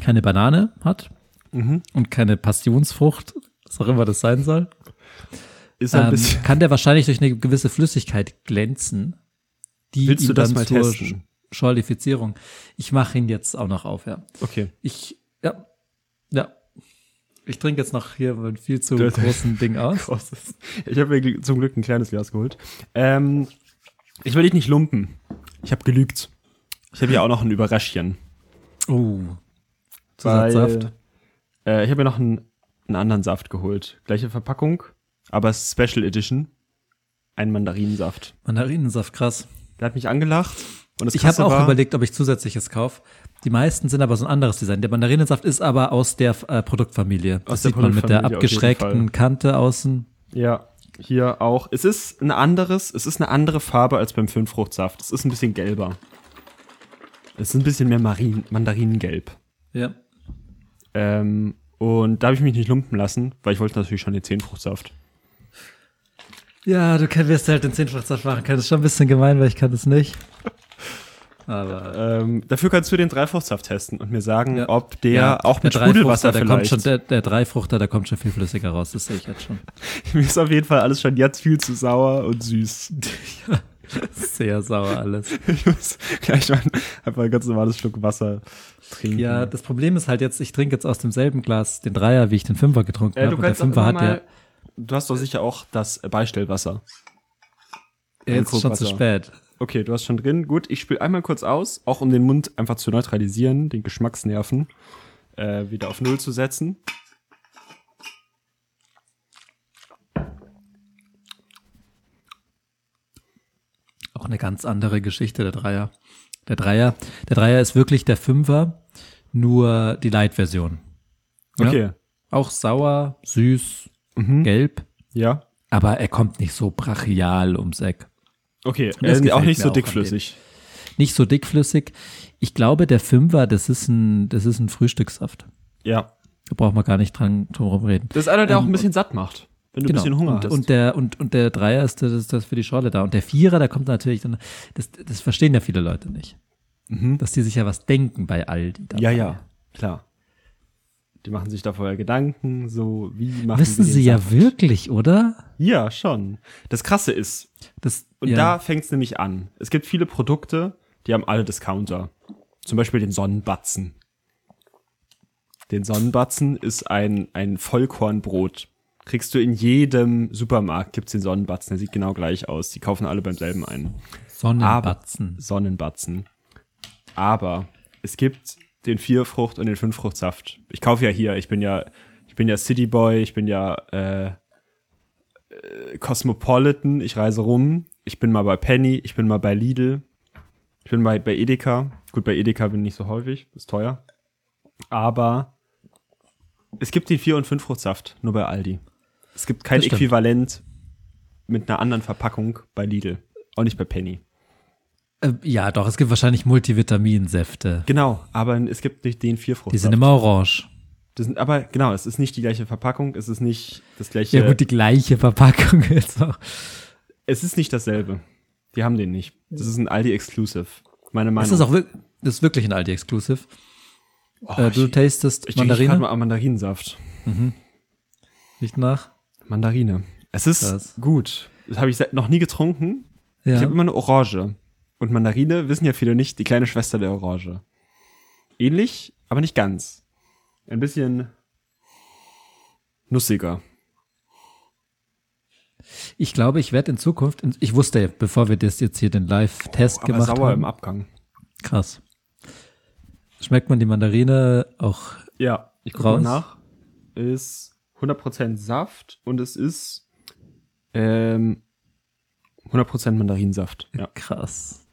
Speaker 2: keine Banane hat und keine Passionsfrucht, was auch immer das sein soll,
Speaker 1: Ist ein
Speaker 2: Ähm,
Speaker 1: bisschen.
Speaker 2: kann der wahrscheinlich durch eine gewisse Flüssigkeit glänzen, die
Speaker 1: Willst
Speaker 2: ihm
Speaker 1: du das
Speaker 2: dann
Speaker 1: mal
Speaker 2: zur
Speaker 1: testen?
Speaker 2: Sch- Schorlifizierung. Ich mache ihn jetzt auch noch auf, ja.
Speaker 1: Okay.
Speaker 2: Ich, ja, ja. Ich trinke jetzt noch hier einen viel zu
Speaker 1: Das-
Speaker 2: großen Ding aus.
Speaker 1: Großes. Ich habe mir gl- zum Glück ein kleines Glas geholt. Ähm, ich will dich nicht lumpen. Ich habe gelügt. Ich habe ja auch noch ein Überraschchen.
Speaker 2: Oh,
Speaker 1: Weil,
Speaker 2: Zusatzsaft.
Speaker 1: Äh, ich habe mir noch einen, einen anderen Saft geholt. Gleiche Verpackung, aber Special Edition. Ein Mandarinensaft.
Speaker 2: Mandarinensaft, krass.
Speaker 1: Der hat mich angelacht. Und das
Speaker 2: Ich habe
Speaker 1: Krasse
Speaker 2: auch
Speaker 1: war,
Speaker 2: überlegt, ob ich zusätzliches kaufe. Die meisten sind aber so ein anderes Design. Der Mandarinensaft ist aber aus der äh, Produktfamilie. Das
Speaker 1: Aus der
Speaker 2: sieht man mit
Speaker 1: Produktfamilie
Speaker 2: der
Speaker 1: auf jeden
Speaker 2: abgeschrägten Kante außen.
Speaker 1: Ja, hier auch. Es ist ein anderes, es ist eine andere Farbe als beim Fünffruchtsaft. Es ist ein bisschen gelber. Es ist ein bisschen mehr Marin, Mandarinengelb.
Speaker 2: Ja.
Speaker 1: Ähm, und da habe ich mich nicht lumpen lassen, weil ich wollte natürlich schon den Zehnfruchtsaft.
Speaker 2: Ja, du kann- wirst halt den Zehnfachsaft machen können. Das ist schon ein bisschen gemein, weil ich kann das nicht. Aber
Speaker 1: Ähm, dafür kannst du den Dreifruchtsaft testen und mir sagen,
Speaker 2: Ja.
Speaker 1: ob der
Speaker 2: ja,
Speaker 1: auch mit
Speaker 2: der
Speaker 1: Sprudelwasser
Speaker 2: Dreifruchter, der kommt
Speaker 1: vielleicht.
Speaker 2: schon, der, der Dreifruchter, da kommt schon viel flüssiger raus. Das sehe ich jetzt schon.
Speaker 1: Mir ist auf jeden Fall alles schon jetzt viel zu sauer und süß.
Speaker 2: Sehr sauer alles.
Speaker 1: Ich muss gleich mal einfach ein ganz normales Stück Wasser trinken. Äh,
Speaker 2: Ja, das Problem ist halt jetzt, ich trinke jetzt aus demselben Glas den Dreier, wie ich den Fünfer getrunken
Speaker 1: äh,
Speaker 2: habe.
Speaker 1: du
Speaker 2: Und der
Speaker 1: kannst doch
Speaker 2: Fünfer
Speaker 1: immer
Speaker 2: hat ja,
Speaker 1: mal, Du hast doch sicher auch das Beistellwasser.
Speaker 2: ja jetzt ist schon
Speaker 1: Kokwasser.
Speaker 2: zu spät.
Speaker 1: Okay, du hast schon drin. Gut, ich spüle einmal kurz aus, auch um den Mund einfach zu neutralisieren, den Geschmacksnerven äh, wieder auf Null zu setzen.
Speaker 2: Auch eine ganz andere Geschichte, der Dreier. Der Dreier, der Dreier ist wirklich der Fünfer, nur die Light-Version. Ja?
Speaker 1: Okay, Mhm.
Speaker 2: Auch sauer, süß, gelb,
Speaker 1: ja.
Speaker 2: aber er kommt nicht so brachial ums Eck.
Speaker 1: Okay,
Speaker 2: Das
Speaker 1: äh, auch
Speaker 2: gefällt
Speaker 1: nicht
Speaker 2: mir
Speaker 1: so
Speaker 2: auch an
Speaker 1: dickflüssig.
Speaker 2: Nicht so dickflüssig. Ich glaube, der Fünfer, das ist ein, das ist ein Frühstückssaft.
Speaker 1: Ja.
Speaker 2: Da braucht man gar nicht dran drum herum reden.
Speaker 1: Das ist einer, der
Speaker 2: Ähm,
Speaker 1: auch ein bisschen satt macht, wenn du ein bisschen Hunger
Speaker 2: und,
Speaker 1: hast.
Speaker 2: Und der, und, und der Dreier ist das, ist das für die Schorle da. Und der Vierer, da kommt natürlich dann, das, das verstehen ja viele Leute nicht.
Speaker 1: Mhm.
Speaker 2: Dass die sich ja was denken bei Aldi. dabei.
Speaker 1: ja, ja, klar. Die machen sich da vorher Gedanken, so wie machen
Speaker 2: Wissen
Speaker 1: wir
Speaker 2: sie
Speaker 1: den
Speaker 2: ja
Speaker 1: Saft?
Speaker 2: wirklich, oder?
Speaker 1: Ja, schon. Das Krasse ist,
Speaker 2: Das,
Speaker 1: und
Speaker 2: ja,
Speaker 1: da fängt es nämlich an. Es gibt viele Produkte, die haben alle Discounter. Zum Beispiel den Sonnenbatzen. Den Sonnenbatzen ist ein, ein Vollkornbrot. Kriegst du in jedem Supermarkt, gibt's den Sonnenbatzen, der sieht genau gleich aus. Die kaufen alle beim selben einen.
Speaker 2: Sonnenbatzen.
Speaker 1: Aber, Sonnenbatzen. Aber es gibt den Vierfrucht und den Fünffruchtsaft. Ich kaufe ja hier, ich bin ja, ich bin ja Cityboy, ich bin ja äh, äh, Cosmopolitan, ich reise rum, ich bin mal bei Penny, ich bin mal bei Lidl, ich bin mal bei Edeka. Gut, bei Edeka bin ich nicht so häufig, ist teuer. Aber es gibt den Vier- und Fünffruchtsaft, nur bei Aldi. Es gibt kein
Speaker 2: Das stimmt.
Speaker 1: Äquivalent mit einer anderen Verpackung bei Lidl. Auch nicht bei Penny.
Speaker 2: Äh, ja, doch, es gibt wahrscheinlich Multivitaminsäfte.
Speaker 1: Genau, aber es gibt nicht den Vierfruchtsaft.
Speaker 2: Die sind immer orange.
Speaker 1: das sind, aber genau, es ist nicht die gleiche Verpackung, es ist nicht das gleiche.
Speaker 2: Ja, gut, die gleiche Verpackung [laughs] jetzt auch.
Speaker 1: es ist nicht dasselbe. Die haben den nicht. Das ist ein Aldi Exclusive. Meine Meinung.
Speaker 2: Das ist auch wirklich, das ist wirklich ein Aldi-Exklusiv. äh, du
Speaker 1: Oh, ich,
Speaker 2: tastest
Speaker 1: ich Mandarine?
Speaker 2: Mandarine,
Speaker 1: mal an Mandarinensaft.
Speaker 2: nicht nach.
Speaker 1: Mandarine. Es ist
Speaker 2: Krass.
Speaker 1: gut. Das habe ich seit- noch nie getrunken.
Speaker 2: Ja.
Speaker 1: Ich habe immer eine Orange. Und Mandarine wissen ja viele nicht, die kleine Schwester der Orange. Ähnlich, aber nicht ganz. Ein bisschen nussiger.
Speaker 2: Ich glaube, ich werde in Zukunft, in, ich wusste ja, bevor wir das jetzt hier den Live-Test
Speaker 1: Aber
Speaker 2: gemacht
Speaker 1: sauer im
Speaker 2: haben.
Speaker 1: Abgang.
Speaker 2: Krass. Schmeckt man die Mandarine auch?
Speaker 1: Ja, ich gucke mal
Speaker 2: Raus.
Speaker 1: nach. Ist 100% Saft und es ist ähm, 100% Mandarinsaft. Ja.
Speaker 2: Krass.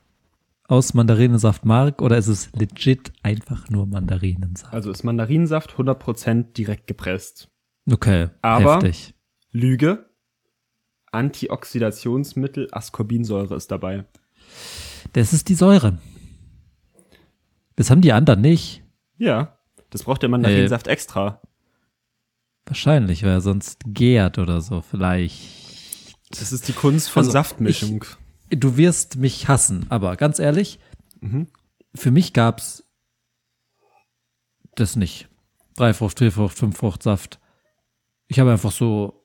Speaker 2: Aus Mandarinensaft Mark oder ist es legit einfach nur Mandarinensaft?
Speaker 1: Also ist Mandarinsaft 100% direkt gepresst.
Speaker 2: Okay,
Speaker 1: Aber-
Speaker 2: heftig.
Speaker 1: Lüge. Antioxidationsmittel Ascorbinsäure ist dabei.
Speaker 2: Das ist die Säure. Das haben die anderen nicht.
Speaker 1: Ja, das braucht der Mandarinsaft extra.
Speaker 2: Wahrscheinlich, weil er sonst gärt oder so, vielleicht.
Speaker 1: Das ist die Kunst von
Speaker 2: Also,
Speaker 1: Saftmischung.
Speaker 2: Du wirst mich hassen, aber ganz ehrlich,
Speaker 1: Mhm.
Speaker 2: für mich gab's das nicht. Dreifrucht, Vierfrucht, Fünffrucht, Saft. Ich habe einfach so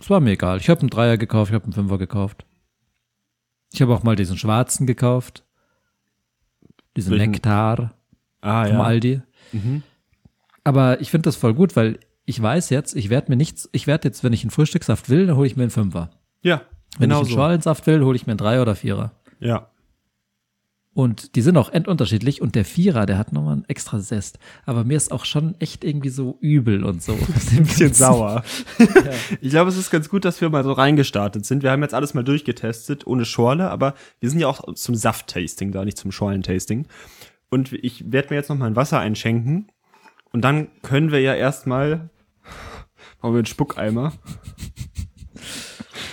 Speaker 2: Es war mir egal. Ich habe einen Dreier gekauft, ich habe einen Fünfer gekauft. Ich habe auch mal diesen schwarzen gekauft. Diesen
Speaker 1: Welchen?
Speaker 2: Nektar
Speaker 1: Ah,
Speaker 2: vom Aldi.
Speaker 1: Mhm.
Speaker 2: Aber ich finde das voll gut, weil ich weiß jetzt, ich werde mir nichts, ich werde jetzt, wenn ich einen Frühstückssaft will, dann hole ich mir einen Fünfer.
Speaker 1: Ja,
Speaker 2: Wenn
Speaker 1: genau
Speaker 2: ich einen
Speaker 1: so.
Speaker 2: Schorlensaft will, hole ich mir einen Dreier oder Vierer.
Speaker 1: Ja.
Speaker 2: Und die sind auch endunterschiedlich und der Vierer, der hat nochmal einen extra Zest. Aber mir ist auch schon echt irgendwie so übel und so. [laughs] Ein
Speaker 1: bisschen sauer.
Speaker 2: [laughs]
Speaker 1: Ich glaube, es ist ganz gut, dass wir mal so reingestartet sind. Wir haben jetzt alles mal durchgetestet, ohne Schorle, aber wir sind ja auch zum Saft-Tasting da, nicht zum Schorlen-Tasting. Und ich werde mir jetzt noch mal ein Wasser einschenken. Und dann können wir ja erstmal. Brauchen wir einen Spuckeimer?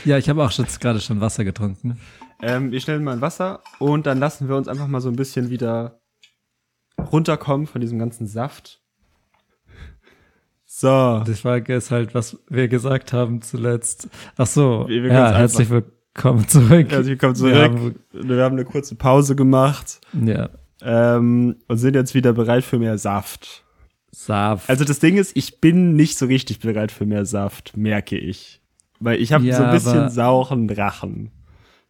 Speaker 2: Ja, ich habe auch schon, gerade schon Wasser getrunken.
Speaker 1: Ähm, wir stellen mal ein Wasser und dann lassen wir uns einfach mal so ein bisschen wieder runterkommen von diesem ganzen Saft. So.
Speaker 2: Die Frage ist halt, was wir gesagt haben zuletzt. Ach so,
Speaker 1: Wir- wir können's
Speaker 2: ja,
Speaker 1: einfach-
Speaker 2: herzlich willkommen zurück.
Speaker 1: Herzlich willkommen Also, zurück.
Speaker 2: Wir haben-
Speaker 1: wir haben eine kurze Pause gemacht.
Speaker 2: ja,
Speaker 1: ähm, und sind jetzt wieder bereit für mehr Saft.
Speaker 2: Saft.
Speaker 1: Also das Ding ist, ich bin nicht so richtig bereit für mehr Saft, merke ich. Weil ich habe
Speaker 2: Ja,
Speaker 1: so ein bisschen
Speaker 2: aber-
Speaker 1: sauren Rachen.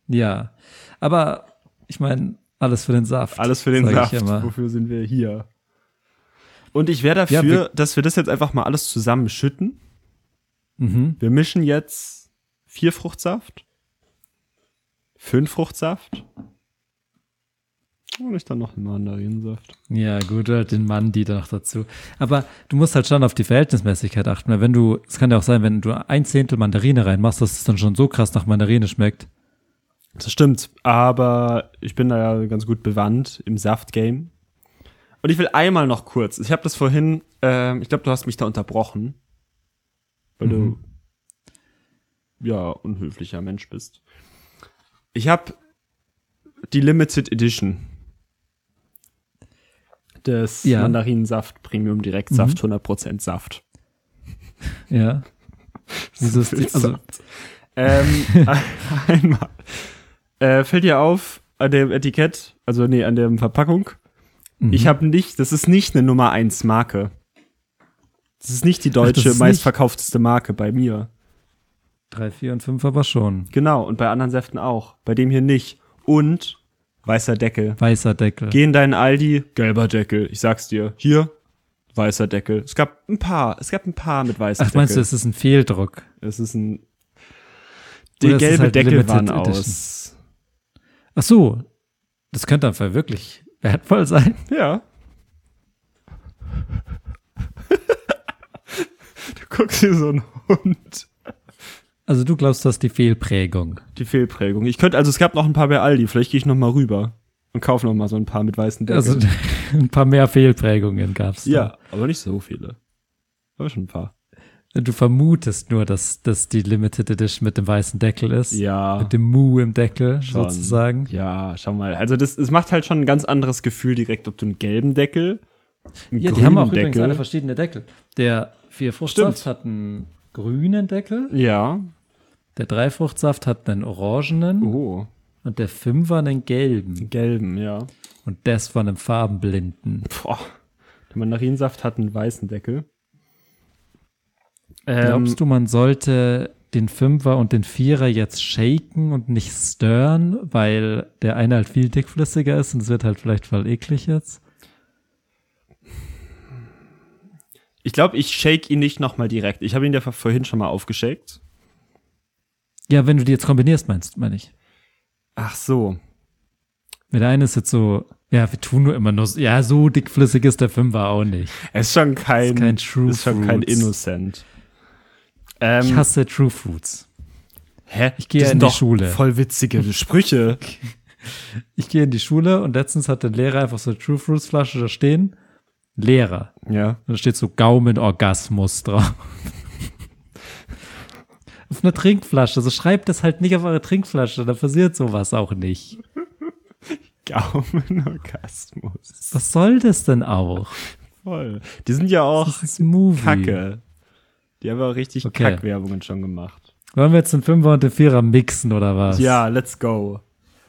Speaker 2: ja, aber ich meine, alles für den Saft.
Speaker 1: Alles für den
Speaker 2: sag
Speaker 1: Saft.
Speaker 2: Ich immer.
Speaker 1: Wofür sind wir hier? Und ich wäre dafür,
Speaker 2: Ja, wir-
Speaker 1: dass wir das jetzt einfach mal alles zusammenschütten.
Speaker 2: Mhm.
Speaker 1: Wir mischen jetzt vier Fruchtsaft, fünf Fruchtsaft und ich dann noch einen Mandarinsaft.
Speaker 2: Ja, gut, halt den Mann, die da noch dazu. Aber du musst halt schon auf die Verhältnismäßigkeit achten, weil wenn du, es kann ja auch sein, wenn du ein Zehntel Mandarine reinmachst, dass es dann schon so krass nach Mandarine schmeckt.
Speaker 1: Das stimmt, aber ich bin da ja ganz gut bewandt im Saft-Game. Und ich will einmal noch kurz, ich habe das vorhin, ähm, ich glaube, du hast mich da unterbrochen, weil
Speaker 2: Mhm.
Speaker 1: du ja unhöflicher Mensch bist. Ich habe die Limited Edition des
Speaker 2: Ja. Mhm.
Speaker 1: Mandarinsaft Premium Direktsaft 100% Saft.
Speaker 2: Ja. Wieso ist die, also, [laughs]
Speaker 1: Ähm, einmal. Äh, fällt dir auf, an dem Etikett, also nee, an der Verpackung,
Speaker 2: Mhm.
Speaker 1: ich habe nicht, das ist nicht eine Nummer 1 Marke. Das ist nicht die
Speaker 2: das
Speaker 1: deutsche
Speaker 2: ist
Speaker 1: meistverkaufteste Marke bei mir.
Speaker 2: drei, vier und fünf aber schon.
Speaker 1: Genau, und bei anderen Säften auch. Bei dem hier nicht. Und weißer Deckel.
Speaker 2: Weißer Deckel.
Speaker 1: Geh in deinen Aldi, gelber Deckel, ich sag's dir. Hier, weißer Deckel. Es gab ein paar, es gab ein paar mit weißem
Speaker 2: Ach,
Speaker 1: Deckel.
Speaker 2: meinst du, es ist ein Fehldruck?
Speaker 1: Es ist ein.
Speaker 2: Oder
Speaker 1: Der
Speaker 2: es ist
Speaker 1: gelbe
Speaker 2: halt
Speaker 1: Deckel
Speaker 2: Limited
Speaker 1: waren
Speaker 2: Edition.
Speaker 1: aus.
Speaker 2: Ach so, das könnte einfach wirklich wertvoll sein.
Speaker 1: Ja. du guckst hier so einen Hund.
Speaker 2: Also du glaubst, das ist die Fehlprägung.
Speaker 1: Die Fehlprägung. Ich könnte, also es gab noch ein paar bei Aldi, vielleicht gehe ich noch mal rüber und kaufe noch mal so ein paar mit weißen Deckeln.
Speaker 2: Also [laughs] ein paar mehr Fehlprägungen gab's. da.
Speaker 1: ja, aber nicht so viele. Aber schon ein paar.
Speaker 2: Du vermutest nur, dass das die Limited Edition mit dem weißen Deckel ist.
Speaker 1: Ja.
Speaker 2: Mit dem Mu im Deckel
Speaker 1: Schon.
Speaker 2: sozusagen.
Speaker 1: Ja, schau mal. Also das, es macht halt schon ein ganz anderes Gefühl direkt, ob du einen gelben Deckel, einen
Speaker 2: Ja, die
Speaker 1: grünen
Speaker 2: haben auch übrigens alle
Speaker 1: Deckel.
Speaker 2: verschiedene Deckel. Der Vierfruchtsaft
Speaker 1: Stimmt.
Speaker 2: hat einen grünen Deckel,
Speaker 1: Ja.
Speaker 2: der Dreifruchtsaft hat einen orangenen
Speaker 1: Oh,
Speaker 2: und der Fünfer einen gelben.
Speaker 1: gelben, ja.
Speaker 2: Und das von einem Farbenblinden.
Speaker 1: Boah. Der Mandarinsaft hat einen weißen Deckel. Ähm,
Speaker 2: Glaubst du, man sollte den Fünfer und den Vierer jetzt shaken und nicht stirren, weil der eine halt viel dickflüssiger ist und es wird halt vielleicht voll eklig jetzt?
Speaker 1: Ich glaube, ich shake ihn nicht noch mal direkt. Ich habe ihn ja vorhin schon mal aufgeshakt.
Speaker 2: Ja, wenn du die jetzt kombinierst, meinst meine ich.
Speaker 1: Ach so.
Speaker 2: Weil der eine ist jetzt so, ja, wir tun nur immer nur, so- ja, so dickflüssig ist der Fünfer auch nicht.
Speaker 1: Es ist schon kein,
Speaker 2: Ist kein True
Speaker 1: ist schon kein
Speaker 2: Fruits.
Speaker 1: Innocent. Ähm,
Speaker 2: Ich hasse True Foods.
Speaker 1: hä?
Speaker 2: ich gehe
Speaker 1: Das
Speaker 2: in
Speaker 1: sind
Speaker 2: die
Speaker 1: doch
Speaker 2: Schule.
Speaker 1: Voll
Speaker 2: [laughs]
Speaker 1: witzige Sprüche.
Speaker 2: Ich gehe in die Schule und letztens hat der Lehrer einfach so eine True Fruits Flasche da stehen. Lehrer.
Speaker 1: Ja.
Speaker 2: Und da steht so Gaumenorgasmus drauf. [laughs] auf einer Trinkflasche. So schreibt das halt nicht auf eure Trinkflasche. Da passiert sowas auch nicht.
Speaker 1: Gaumenorgasmus.
Speaker 2: Was soll das denn auch?
Speaker 1: Voll. Die sind ja auch
Speaker 2: Das ist ein Movie.
Speaker 1: Kacke. Die haben auch richtig
Speaker 2: Okay.
Speaker 1: Kackwerbungen schon gemacht.
Speaker 2: Wollen wir jetzt den Fünfer und den Vierer mixen oder was?
Speaker 1: Ja, let's go.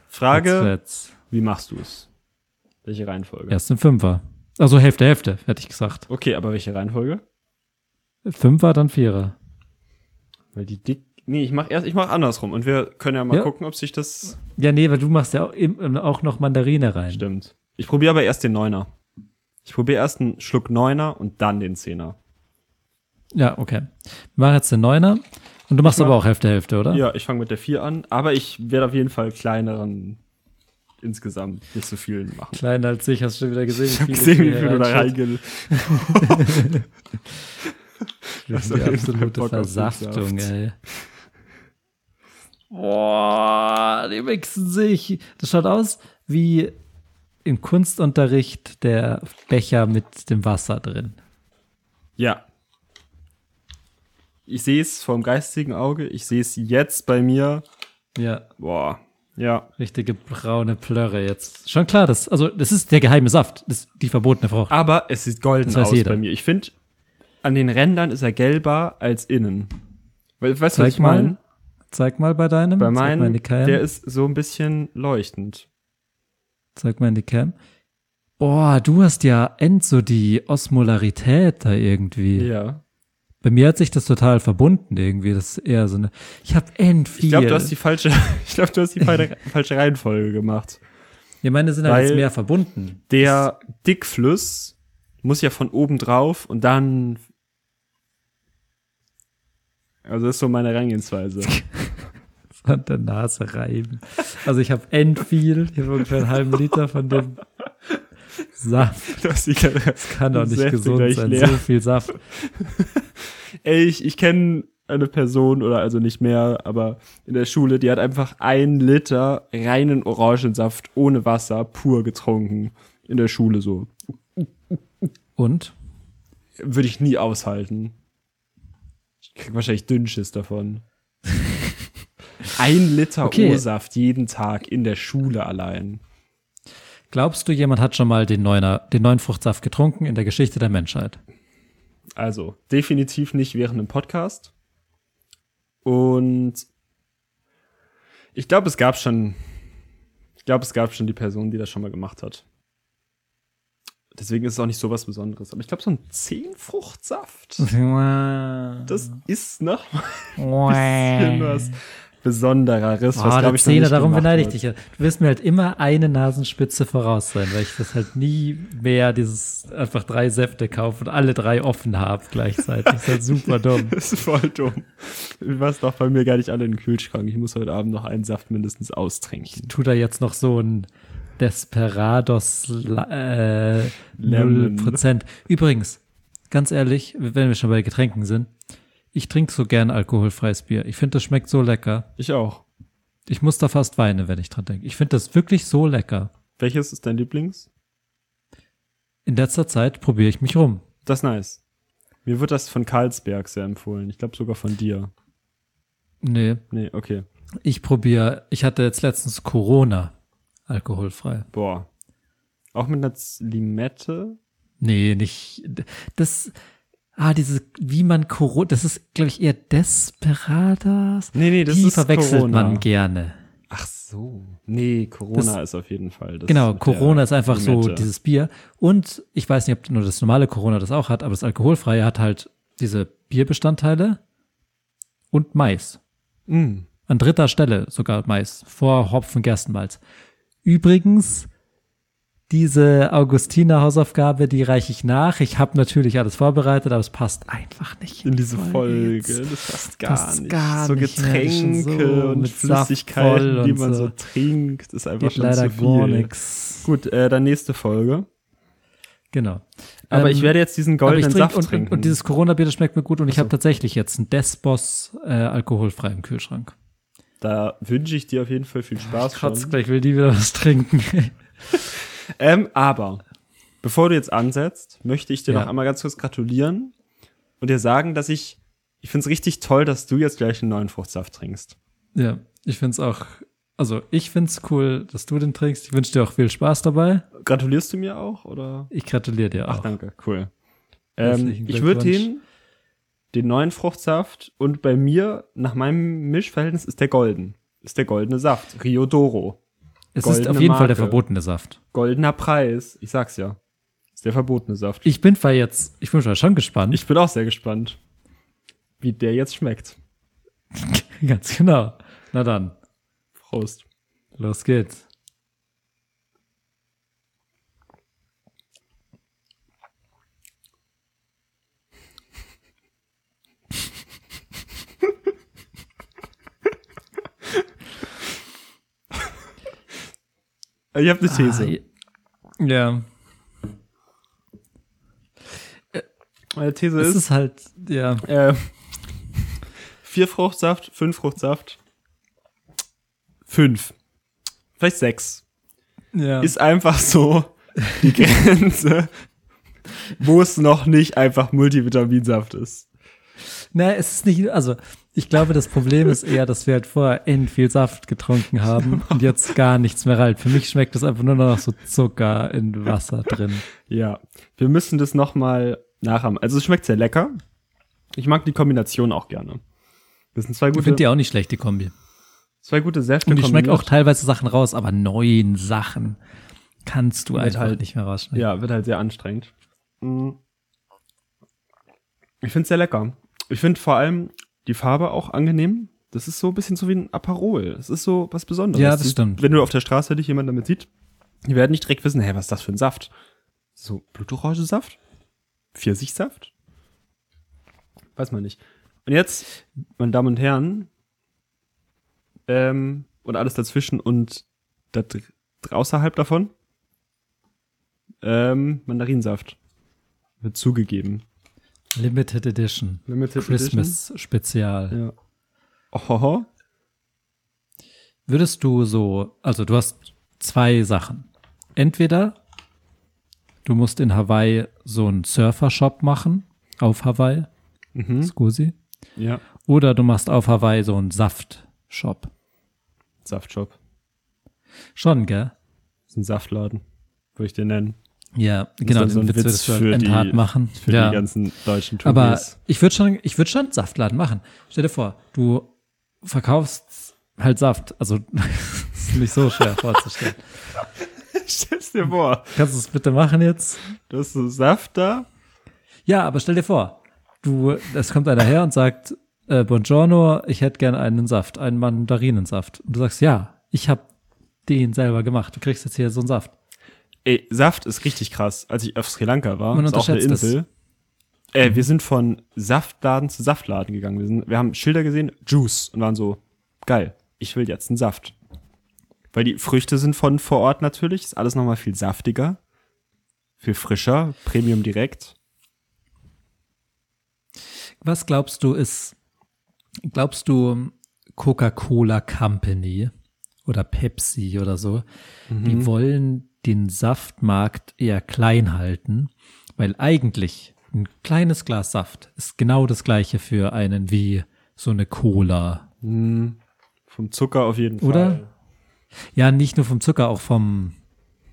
Speaker 2: Jetzt
Speaker 1: Frage,
Speaker 2: wird's.
Speaker 1: wie machst du es? Welche Reihenfolge?
Speaker 2: Erst den Fünfer. Also Hälfte, Hälfte, hätte ich gesagt.
Speaker 1: Okay, aber welche Reihenfolge?
Speaker 2: Fünfer, dann Vierer.
Speaker 1: Weil die dick, Nee, ich mach erst, ich mach andersrum und wir können ja mal
Speaker 2: Ja.
Speaker 1: gucken, ob sich das
Speaker 2: Ja, nee, weil du machst ja auch, im- auch noch Mandarine rein.
Speaker 1: stimmt. Ich probiere aber erst den Neuner. Ich probiere erst einen Schluck Neuner und dann den Zehner.
Speaker 2: Ja, okay. Wir machen jetzt den Neuner. Und du machst aber auch Hälfte, Hälfte, oder?
Speaker 1: Ja, ich fange mit der 4 an, aber ich werde auf jeden Fall kleineren insgesamt nicht so viel machen.
Speaker 2: Kleiner als ich, hast du schon wieder gesehen.
Speaker 1: [laughs] Ich habe gesehen, wie viel du da reingehst.
Speaker 2: Das
Speaker 1: hast
Speaker 2: ist
Speaker 1: auf
Speaker 2: die
Speaker 1: jeden Fall
Speaker 2: absolute
Speaker 1: Bock auf
Speaker 2: Versaftung,
Speaker 1: Saft.
Speaker 2: ey. Boah, die mixen sich. Das schaut aus wie im Kunstunterricht der Becher mit dem Wasser drin.
Speaker 1: Ja. Ich sehe es vom geistigen Auge, ich sehe es jetzt bei mir.
Speaker 2: Ja,
Speaker 1: Boah, ja.
Speaker 2: richtige braune Plörre jetzt. Schon klar, das, also, das ist der geheime Saft. Das ist die verbotene Frucht.
Speaker 1: Aber es sieht golden
Speaker 2: Das weiß
Speaker 1: aus
Speaker 2: jeder.
Speaker 1: bei mir. Ich finde, an den Rändern ist er gelber als innen. We- Weißt du, was ich meine?
Speaker 2: Zeig mal bei deinem.
Speaker 1: Bei
Speaker 2: zeig mal in die
Speaker 1: meinem,
Speaker 2: Cam.
Speaker 1: der ist so ein bisschen leuchtend.
Speaker 2: zeig mal in die Cam. Boah, du hast ja end so die Osmolarität da irgendwie.
Speaker 1: Ja.
Speaker 2: Bei mir hat sich das total verbunden irgendwie. Das ist eher so eine. Ich habe end viel.
Speaker 1: Ich glaube, du hast die falsche, [laughs] ich glaube, du hast die
Speaker 2: [laughs]
Speaker 1: feine- falsche Reihenfolge gemacht.
Speaker 2: ja, meine sind halt
Speaker 1: weil
Speaker 2: jetzt mehr verbunden.
Speaker 1: Der Dickfluss muss ja von oben drauf und dann. Also, das ist so meine
Speaker 2: [laughs]
Speaker 1: Herangehensweise.
Speaker 2: Das An der Nase reiben. Also ich habe end viel. Ich habe ungefähr einen halben Liter von dem Saft.
Speaker 1: Das ist die-
Speaker 2: Kann doch nicht
Speaker 1: Säfte
Speaker 2: gesund
Speaker 1: gleich
Speaker 2: sein.
Speaker 1: leer.
Speaker 2: So viel Saft.
Speaker 1: Ey, ich, ich kenne eine Person oder also nicht mehr, aber in der Schule, die hat einfach ein Liter reinen Orangensaft ohne Wasser pur getrunken. In der Schule so.
Speaker 2: Und?
Speaker 1: Würde ich nie aushalten. Ich krieg wahrscheinlich Dünnschiss davon. ein Liter
Speaker 2: Okay.
Speaker 1: O-Saft jeden Tag in der Schule allein.
Speaker 2: Glaubst du, jemand hat schon mal den Neuner, den neuen Fruchtsaft getrunken in der Geschichte der Menschheit?
Speaker 1: Also, definitiv nicht während einem Podcast. Und ich glaube, es gab schon. Ich glaube, es gab schon die Person, die das schon mal gemacht hat. Deswegen ist es auch nicht so was Besonderes. Aber ich glaube, so ein
Speaker 2: [laughs]
Speaker 1: Zehnfruchtsaft, [laughs] das ist noch mal ein bisschen was Besondereres.
Speaker 2: Oh,
Speaker 1: was,
Speaker 2: der
Speaker 1: glaube ich, noch
Speaker 2: Äh. Zehner,
Speaker 1: nicht
Speaker 2: darum
Speaker 1: gemacht
Speaker 2: beneide ich
Speaker 1: wird.
Speaker 2: dich ja. Du wirst mir halt immer eine Nasenspitze voraus sein, weil ich das halt nie mehr dieses einfach drei Säfte kaufe und alle drei offen habe gleichzeitig. Das ist halt super dumm.
Speaker 1: [laughs]
Speaker 2: [laughs]
Speaker 1: Das ist voll dumm. Du warst doch bei mir gar nicht alle in den Kühlschrank. Ich muss heute Abend noch einen Saft mindestens austrinken.
Speaker 2: Tu da jetzt noch so ein Desperados äh,
Speaker 1: Lemon.
Speaker 2: 0%. Übrigens, ganz ehrlich, wenn wir schon bei Getränken sind, ich trinke so gern alkoholfreies Bier. Ich finde, das schmeckt so lecker.
Speaker 1: Ich auch.
Speaker 2: Ich muss da fast weinen, wenn ich dran denke. Ich finde das wirklich so lecker.
Speaker 1: Welches ist dein Lieblings?
Speaker 2: In letzter Zeit probiere ich mich rum.
Speaker 1: Das ist nice. Mir wird das von Karlsberg sehr empfohlen. Ich glaube sogar von dir.
Speaker 2: Nee,
Speaker 1: Nee, okay.
Speaker 2: Ich probiere, ich hatte jetzt letztens Corona alkoholfrei.
Speaker 1: Boah. Auch mit einer Z- Limette?
Speaker 2: Nee, nicht das ah diese wie man Corona, das ist glaube ich eher Desperadas.
Speaker 1: Nee, nee, das
Speaker 2: Die
Speaker 1: ist
Speaker 2: verwechselt
Speaker 1: Corona.
Speaker 2: man gerne.
Speaker 1: Ach so. Nee, Corona ist auf jeden Fall. Das
Speaker 2: Genau,
Speaker 1: mit
Speaker 2: Corona
Speaker 1: der
Speaker 2: ist einfach so
Speaker 1: Limette.
Speaker 2: dieses Bier und ich weiß nicht, ob nur das normale Corona das auch hat, aber das alkoholfreie hat halt diese Bierbestandteile und Mais.
Speaker 1: Mm.
Speaker 2: An dritter Stelle sogar Mais, vor Hopfen Gerstenmalz. Übrigens, diese Augustiner Hausaufgabe, die reiche ich nach. Ich habe natürlich alles vorbereitet, aber es passt einfach nicht.
Speaker 1: In diese Folge.
Speaker 2: jetzt.
Speaker 1: Das passt gar
Speaker 2: Passt
Speaker 1: nicht.
Speaker 2: gar
Speaker 1: so
Speaker 2: nicht mehr. Das ist schon
Speaker 1: Getränke
Speaker 2: so
Speaker 1: und
Speaker 2: mit Saft
Speaker 1: Flüssigkeiten,
Speaker 2: voll
Speaker 1: die
Speaker 2: und
Speaker 1: man so.
Speaker 2: so.
Speaker 1: trinkt, ist einfach
Speaker 2: Geht
Speaker 1: schon zu
Speaker 2: leider
Speaker 1: viel.
Speaker 2: gar nichts.
Speaker 1: Gut, äh, dann nächste Folge.
Speaker 2: Genau.
Speaker 1: Aber
Speaker 2: Ähm,
Speaker 1: ich werde jetzt diesen
Speaker 2: aber ich
Speaker 1: goldenen
Speaker 2: trink-
Speaker 1: Saft
Speaker 2: und,
Speaker 1: trinken.
Speaker 2: Und, und dieses Corona-Bier, das schmeckt mir gut und ich habe tatsächlich jetzt einen Desbos äh, alkoholfrei im Kühlschrank.
Speaker 1: da wünsche ich dir auf jeden Fall viel Spaß. schon.
Speaker 2: Kotz gleich, will die wieder was trinken.
Speaker 1: Ähm, aber bevor du jetzt ansetzt, möchte ich dir
Speaker 2: Ja.
Speaker 1: noch einmal ganz kurz gratulieren und dir sagen, dass ich, ich finde es richtig toll, dass du jetzt gleich einen neuen Fruchtsaft trinkst.
Speaker 2: [laughs] Ja, ich find's auch, also ich find's cool, dass du den trinkst. Ich wünsche dir auch viel Spaß dabei.
Speaker 1: Gratulierst du mir auch oder?
Speaker 2: Ich gratuliere dir
Speaker 1: Ach,
Speaker 2: auch.
Speaker 1: danke, cool. Ähm,
Speaker 2: Herzlichen
Speaker 1: ich würde
Speaker 2: Glückwunsch.
Speaker 1: den, den neuen Fruchtsaft und bei mir, nach meinem Mischverhältnis, ist der golden. Ist der goldene Saft. Rio Doro.
Speaker 2: es ist auf
Speaker 1: goldene
Speaker 2: jeden Fall der
Speaker 1: Marke.
Speaker 2: verbotene Saft.
Speaker 1: Goldener Preis. Ich sag's ja. Ist der verbotene Saft.
Speaker 2: Ich bin zwar jetzt, ich bin zwar schon gespannt.
Speaker 1: Ich bin auch sehr gespannt, wie der jetzt schmeckt.
Speaker 2: Ganz genau. Na dann,
Speaker 1: Prost.
Speaker 2: los geht's.
Speaker 1: Ich habe Äh, eine
Speaker 2: Ah,
Speaker 1: These.
Speaker 2: Ja,
Speaker 1: Meine These
Speaker 2: es
Speaker 1: ist,
Speaker 2: ist halt, ja.
Speaker 1: äh, vier Fruchtsaft, fünf Fruchtsaft, fünf, vielleicht sechs.
Speaker 2: ja.
Speaker 1: Ist einfach so die Grenze, wo es noch nicht einfach Multivitaminsaft ist.
Speaker 2: Na, es ist nicht, also ich glaube, das Problem ist eher, dass wir halt vorher end viel Saft getrunken [laughs] haben und jetzt gar nichts mehr halt. Für mich schmeckt das einfach nur noch so Zucker in Wasser drin.
Speaker 1: Ja, wir müssen das noch mal nachahmen. Also es schmeckt sehr lecker. Ich mag die Kombination auch gerne. Das sind zwei
Speaker 2: Ich
Speaker 1: gute,
Speaker 2: finde die auch nicht schlecht, die Kombi.
Speaker 1: zwei gute Säfte.
Speaker 2: Und die schmeckt auch
Speaker 1: kombiniert.
Speaker 2: teilweise Sachen raus, aber neuen Sachen kannst du einfach
Speaker 1: halt-
Speaker 2: nicht mehr rausschmecken.
Speaker 1: Ja, wird halt sehr anstrengend. Mm. Ich find's sehr lecker. Ich find vor allem die Farbe auch angenehm. Das ist so ein bisschen so wie ein Aperol. Es ist so was Besonderes.
Speaker 2: Ja, das stimmt.
Speaker 1: Wenn du auf der Straße dich jemand damit sieht, die werden nicht direkt wissen, hey, was ist das für ein Saft? So Blutorangensaft? Pfirsichsaft? Weiß man nicht. Und jetzt, meine Damen und Herren, ähm, und alles dazwischen und da dr- außerhalb davon, ähm, Mandarinsaft. Wird zugegeben.
Speaker 2: Limited Edition.
Speaker 1: Limited
Speaker 2: Christmas Spezial.
Speaker 1: Edition. Ja. Ohoho.
Speaker 2: Würdest du so, also du hast zwei Sachen. Entweder du musst in Hawaii so einen Surfer-Shop machen, auf Hawaii,
Speaker 1: Mhm.
Speaker 2: Scusi.
Speaker 1: Ja.
Speaker 2: Oder du machst auf Hawaii so einen Saft-Shop.
Speaker 1: Saftshop.
Speaker 2: Schon, gell?
Speaker 1: Ist ein Saftladen. Würde ich den nennen.
Speaker 2: Ja, genau,
Speaker 1: dann so ein
Speaker 2: den Witz
Speaker 1: Witz
Speaker 2: würdest du
Speaker 1: für
Speaker 2: halt
Speaker 1: die-
Speaker 2: hart machen.
Speaker 1: Für
Speaker 2: ja.
Speaker 1: die ganzen deutschen Touris. [laughs]
Speaker 2: Aber ich würde schon, ich würde schon einen Saftladen machen. Stell dir vor, du verkaufst halt Saft. Also, [laughs] ist nicht so schwer vorzustellen.
Speaker 1: Stell's dir vor,
Speaker 2: Kannst du es bitte machen jetzt?
Speaker 1: du hast so Saft da.
Speaker 2: Ja, aber stell dir vor, du, es kommt einer her und sagt, äh, Buongiorno, ich hätte gern einen Saft, einen Mandarinensaft. Und du sagst, ja, ich habe den selber gemacht. Du kriegst jetzt hier so einen Saft.
Speaker 1: Ey, Saft ist richtig krass. Als ich auf Sri Lanka war,
Speaker 2: Man
Speaker 1: ist auch eine
Speaker 2: unterschätzt das.
Speaker 1: Insel. Äh, wir sind von Saftladen zu Saftladen gegangen. Wir, sind, wir haben Schilder gesehen, Juice, und waren so, geil, ich will jetzt einen Saft. Weil die Früchte sind von vor Ort natürlich, ist alles nochmal viel saftiger, viel frischer, Premium direkt.
Speaker 2: Was glaubst du ist, glaubst du, Coca-Cola Company oder Pepsi oder so,
Speaker 1: Mhm.
Speaker 2: die wollen den Saftmarkt eher klein halten, weil eigentlich ein kleines Glas Saft ist genau das gleiche für einen wie so eine Cola
Speaker 1: Vom Zucker auf jeden Fall.
Speaker 2: Oder? Ja, nicht nur vom Zucker, auch vom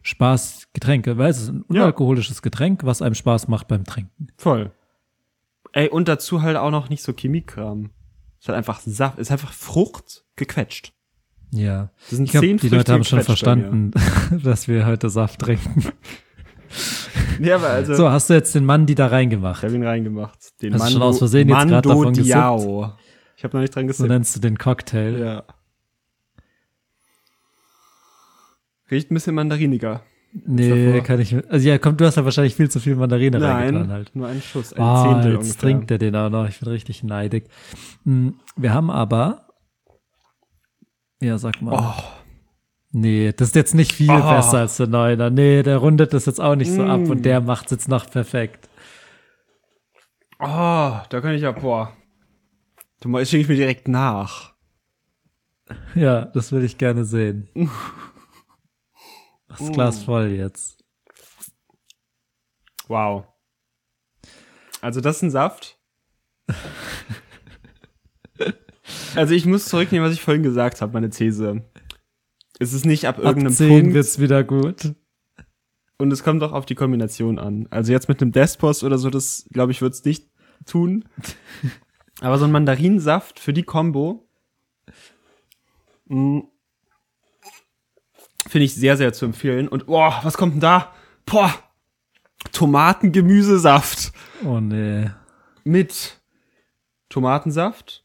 Speaker 2: Spaß Getränke, weil es ist ein
Speaker 1: Ja.
Speaker 2: unalkoholisches Getränk, was einem Spaß macht beim Trinken.
Speaker 1: Voll. Ey, und dazu halt auch noch nicht so Chemiekram. Ist halt einfach Saft, ist einfach Frucht
Speaker 2: [laughs]
Speaker 1: gequetscht.
Speaker 2: Ja.
Speaker 1: Das sind
Speaker 2: Ich glaube,
Speaker 1: zehn
Speaker 2: die
Speaker 1: Früchte
Speaker 2: Leute haben schon
Speaker 1: gequetscht bei mir.
Speaker 2: verstanden, [laughs] dass wir heute Saft trinken.
Speaker 1: Ja, aber also.
Speaker 2: So, hast du jetzt den Mann, die da
Speaker 1: Ich
Speaker 2: reingemacht?
Speaker 1: habe ihn reingemacht. Den
Speaker 2: Hast du schon aus Versehen jetzt grad
Speaker 1: Mando
Speaker 2: davon gesippt?
Speaker 1: Diao. Ich habe noch nicht dran
Speaker 2: So
Speaker 1: gesippt.
Speaker 2: nennst du den Cocktail.
Speaker 1: Ja. Riecht ein bisschen mandariniger.
Speaker 2: Nee,
Speaker 1: Davor.
Speaker 2: kann ich. Also ja, komm, du hast da wahrscheinlich viel zu viel Mandarine reingetan
Speaker 1: Nein,
Speaker 2: halt.
Speaker 1: nur ein Schuss, ein
Speaker 2: Ah,
Speaker 1: Zehntel
Speaker 2: jetzt
Speaker 1: ungefähr.
Speaker 2: trinkt er den auch noch. Ich bin richtig neidig. Hm, Wir haben aber. Ja, sag mal.
Speaker 1: Oh,
Speaker 2: Nee, das ist jetzt nicht viel
Speaker 1: Oh. Mm.
Speaker 2: besser als der Neuner. Nee, der rundet das jetzt auch nicht so ab und der macht's jetzt noch perfekt.
Speaker 1: oh, da kann ich ja, boah. Du mal, schicke ich mir direkt nach.
Speaker 2: Ja, das würde ich gerne sehen. Das
Speaker 1: Mm.
Speaker 2: Glas voll jetzt.
Speaker 1: Wow. Also das ist ein Saft. also ich muss zurücknehmen, was ich vorhin gesagt habe, meine These. Es ist nicht ab
Speaker 2: Ab
Speaker 1: irgendeinem
Speaker 2: 10
Speaker 1: Punkt.
Speaker 2: wird's wieder gut.
Speaker 1: Und es kommt auch auf die Kombination an. Also jetzt mit einem Despos oder so, das glaube ich, wird's nicht tun. Aber so ein Mandarinsaft für die Combo mm, finde ich sehr, sehr zu empfehlen. Und boah, was kommt denn da? Boah, Tomatengemüsesaft
Speaker 2: Oh nee.
Speaker 1: mit Tomatensaft,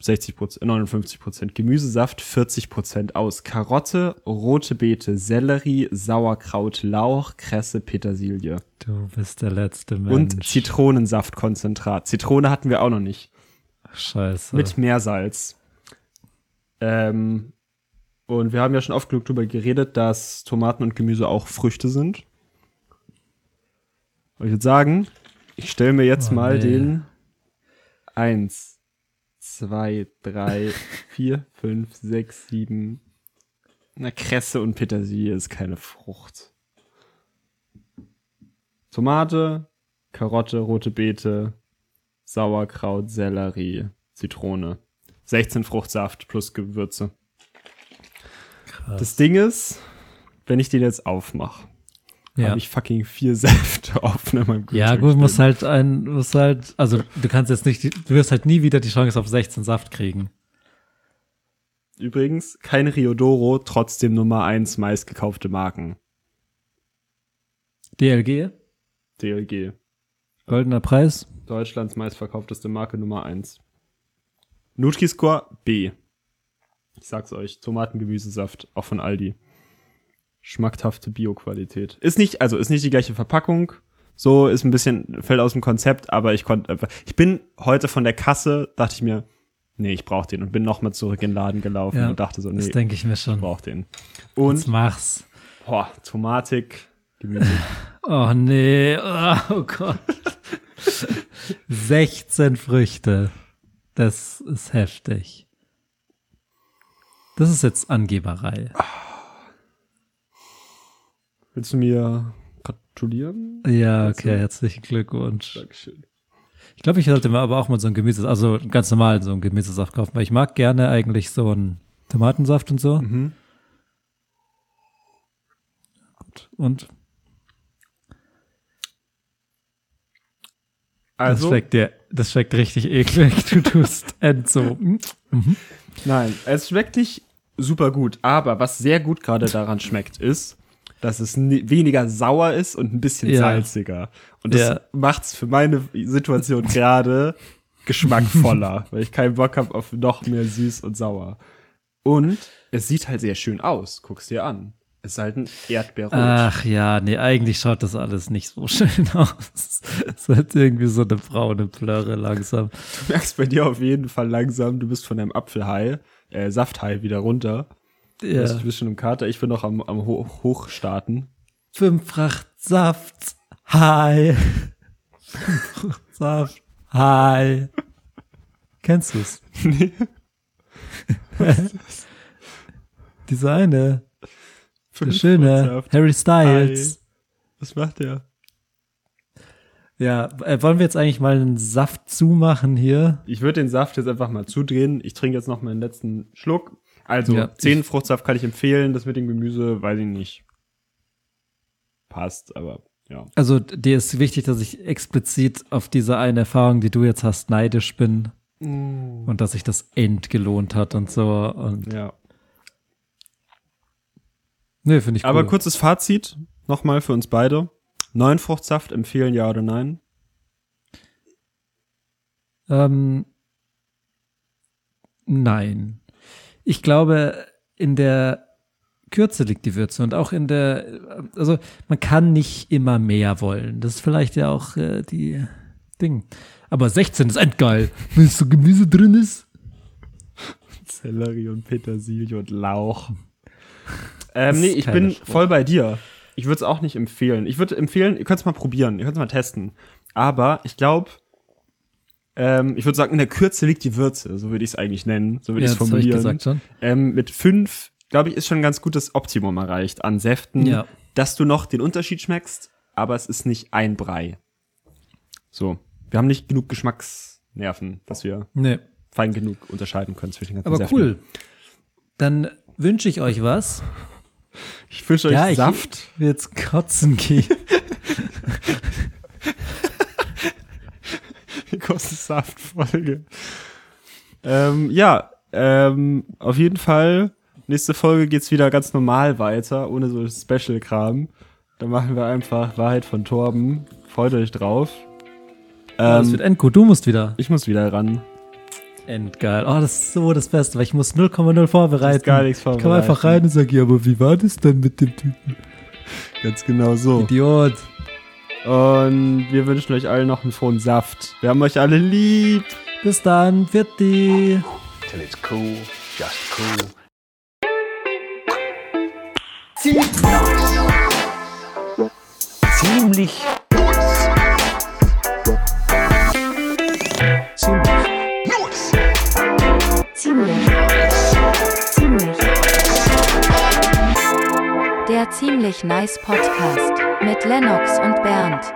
Speaker 1: 60 Prozent, 59 Prozent Gemüsesaft, 40 Prozent aus Karotte, rote Beete, Sellerie, Sauerkraut, Lauch, Kresse, Petersilie
Speaker 2: Du bist der letzte Mensch.
Speaker 1: und Zitronensaftkonzentrat. Zitrone hatten wir auch noch nicht.
Speaker 2: Scheiße.
Speaker 1: Mit Meersalz. Ähm, und wir haben ja schon oft genug darüber geredet, dass Tomaten und Gemüse auch Früchte sind. Und ich würde sagen, ich stelle mir jetzt
Speaker 2: Oh,
Speaker 1: mal
Speaker 2: nee.
Speaker 1: den 1, 2, 3,
Speaker 2: [laughs]
Speaker 1: 4, 5, 6, 7. Na, Kresse und Petersilie ist keine Frucht. Tomate, Karotte, rote Beete, Sauerkraut, Sellerie, Zitrone. 16 Fruchtsaft plus Gewürze.
Speaker 2: Krass.
Speaker 1: Das Ding ist, wenn ich den jetzt aufmache,
Speaker 2: ja.
Speaker 1: habe ich fucking vier [laughs] Säfte offen in meinem
Speaker 2: ja,
Speaker 1: Kühlschrank
Speaker 2: gut,
Speaker 1: stehen.
Speaker 2: muss halt ein, muss halt, also du kannst jetzt nicht, du wirst halt nie wieder die Chance auf 16 Saft kriegen.
Speaker 1: Übrigens, kein Riodoro, trotzdem Nummer 1 meistgekaufte Marken.
Speaker 2: DLG,
Speaker 1: DLG.
Speaker 2: goldener Preis.
Speaker 1: Deutschlands meistverkaufteste Marke Nummer 1. Nutri-Score B. Ich sag's euch, Tomatengemüsesaft, auch von Aldi. Schmackhafte Bio-Qualität. Ist nicht, also ist nicht die gleiche Verpackung. So ist ein bisschen, fällt aus dem Konzept, aber ich konnte einfach. Ich bin heute von der Kasse, dachte ich mir, nee, ich brauch den und bin nochmal zurück in den Laden gelaufen
Speaker 2: Ja,
Speaker 1: und dachte so, nee,
Speaker 2: Das
Speaker 1: ich
Speaker 2: denke ich mir schon.
Speaker 1: brauch den.
Speaker 2: Jetzt
Speaker 1: Und,
Speaker 2: mach's.
Speaker 1: boah, Tomatik, Gemüse.
Speaker 2: Oh nee, oh, oh
Speaker 1: [laughs]
Speaker 2: Gott. 16 Früchte. Das ist heftig. Das ist jetzt Angeberei.
Speaker 1: Willst du mir gratulieren?
Speaker 2: Ja,
Speaker 1: Also-
Speaker 2: okay, herzlichen Glückwunsch.
Speaker 1: Dankeschön.
Speaker 2: Ich glaube, ich sollte mir aber auch mal so ein Gemüse, also ganz normal so einen Gemüsesaft kaufen, weil ich mag gerne eigentlich so einen Tomatensaft und so.
Speaker 1: Mhm.
Speaker 2: Gut. Und das
Speaker 1: Also,
Speaker 2: schmeckt dir, das schmeckt richtig eklig. [laughs] Du tust end so. Mhm.
Speaker 1: Nein, es schmeckt nicht super gut, aber was sehr gut gerade daran schmeckt, ist, dass es ni- weniger sauer ist und ein bisschen
Speaker 2: Ja.
Speaker 1: salziger. Und das
Speaker 2: Ja.
Speaker 1: macht's für meine Situation gerade
Speaker 2: [laughs]
Speaker 1: geschmackvoller, weil ich keinen Bock habe auf noch mehr süß und sauer. Und es sieht halt sehr schön aus, guck's dir an. Es ist halt ein Erdbeerrot.
Speaker 2: Ach ja, nee, eigentlich schaut das alles nicht so [laughs] schön aus. Es hat irgendwie so eine braune Plörre langsam.
Speaker 1: Du [laughs] merkst bei dir auf jeden Fall langsam, du bist von deinem Apfelhai, äh, Safthai wieder runter.
Speaker 2: Ja.
Speaker 1: Du bist schon im Kater, ich bin noch am, am Ho Hochstarten.
Speaker 2: Fünf Fracht Saft. Hi. Fünf Fracht Saft. Hi. Kennst du's?
Speaker 1: Nee.
Speaker 2: Dieser eine, der
Speaker 1: Fünf
Speaker 2: schöne
Speaker 1: Fruchtsaft.
Speaker 2: Harry Styles.
Speaker 1: Was macht der?
Speaker 2: Ja, äh, wollen wir jetzt eigentlich mal einen Saft zumachen hier?
Speaker 1: Ich würde den Saft jetzt einfach mal zudrehen. Ich trinke jetzt noch meinen letzten Schluck. Also,
Speaker 2: Ja.
Speaker 1: zehn Fruchtsaft kann ich empfehlen. Das mit dem Gemüse, weiß ich nicht. Passt, aber ja.
Speaker 2: Also d- dir ist wichtig, dass ich explizit auf diese eine Erfahrung, die du jetzt hast, neidisch bin und dass sich das end gelohnt hat und so. Und
Speaker 1: ja.
Speaker 2: nee, finde ich cool.
Speaker 1: Aber kurzes Fazit nochmal für uns beide. Neuen Fruchtsaft empfehlen, ja oder nein?
Speaker 2: Ähm, nein. Ich glaube, in der Kürze liegt die Würze und auch in der, also man kann nicht immer mehr wollen. Das ist vielleicht ja auch äh, die Ding. Aber 16 ist endgeil, wenn so Gemüse drin ist.
Speaker 1: Sellerie und Petersilie und Lauch. Ähm,
Speaker 2: ist
Speaker 1: nee, ich
Speaker 2: keine
Speaker 1: bin
Speaker 2: Sport.
Speaker 1: voll bei dir. Ich würde es auch nicht empfehlen. Ich würde empfehlen, ihr könnt es mal probieren, ihr könnt es mal testen. Aber ich glaube, ähm, ich würde sagen, in der Kürze liegt die Würze, so würde ich es eigentlich nennen, so würde
Speaker 2: Ja,
Speaker 1: ich es
Speaker 2: das habe
Speaker 1: formulieren.
Speaker 2: ich gesagt schon.
Speaker 1: Ähm, mit fünf, glaube ich, ist schon ein ganz gutes Optimum erreicht an Säften,
Speaker 2: Ja.
Speaker 1: dass du noch den Unterschied schmeckst, aber es ist nicht ein Brei. So, wir haben nicht genug Geschmacksnerven, dass wir
Speaker 2: Nee.
Speaker 1: fein genug unterscheiden können zwischen den ganzen
Speaker 2: Aber
Speaker 1: Säften.
Speaker 2: cool. Dann wünsche ich euch was.
Speaker 1: Ich wünsche euch
Speaker 2: ich
Speaker 1: Saft.
Speaker 2: will jetzt kotzen gehen.
Speaker 1: [laughs] Die große Saftfolge. Ähm, ja, ähm, auf jeden Fall. Nächste Folge geht's wieder ganz normal weiter, ohne so Special-Kram. Da machen wir einfach Wahrheit von Torben. Freut euch drauf.
Speaker 2: das wird
Speaker 1: Ähm,
Speaker 2: endgut. Du musst wieder.
Speaker 1: ich muss wieder ran.
Speaker 2: Endgeil. Oh, das ist so das Beste, weil ich muss 0,0 vorbereiten. Ist
Speaker 1: gar nichts vorbereiten.
Speaker 2: Ich komme einfach rein und sage, ja, aber wie war das denn mit dem Typen?
Speaker 1: Ganz genau so.
Speaker 2: Idiot.
Speaker 1: Und wir wünschen euch allen noch einen frohen Saft. Wir haben euch alle lieb.
Speaker 2: Bis dann. Pfiatti.
Speaker 3: Till it's cool, just cool. Ziemlich. Ziemlich.
Speaker 4: Ziemlich. Ziemlich. Der ziemlich nice Podcast mit Lennox und Bernd.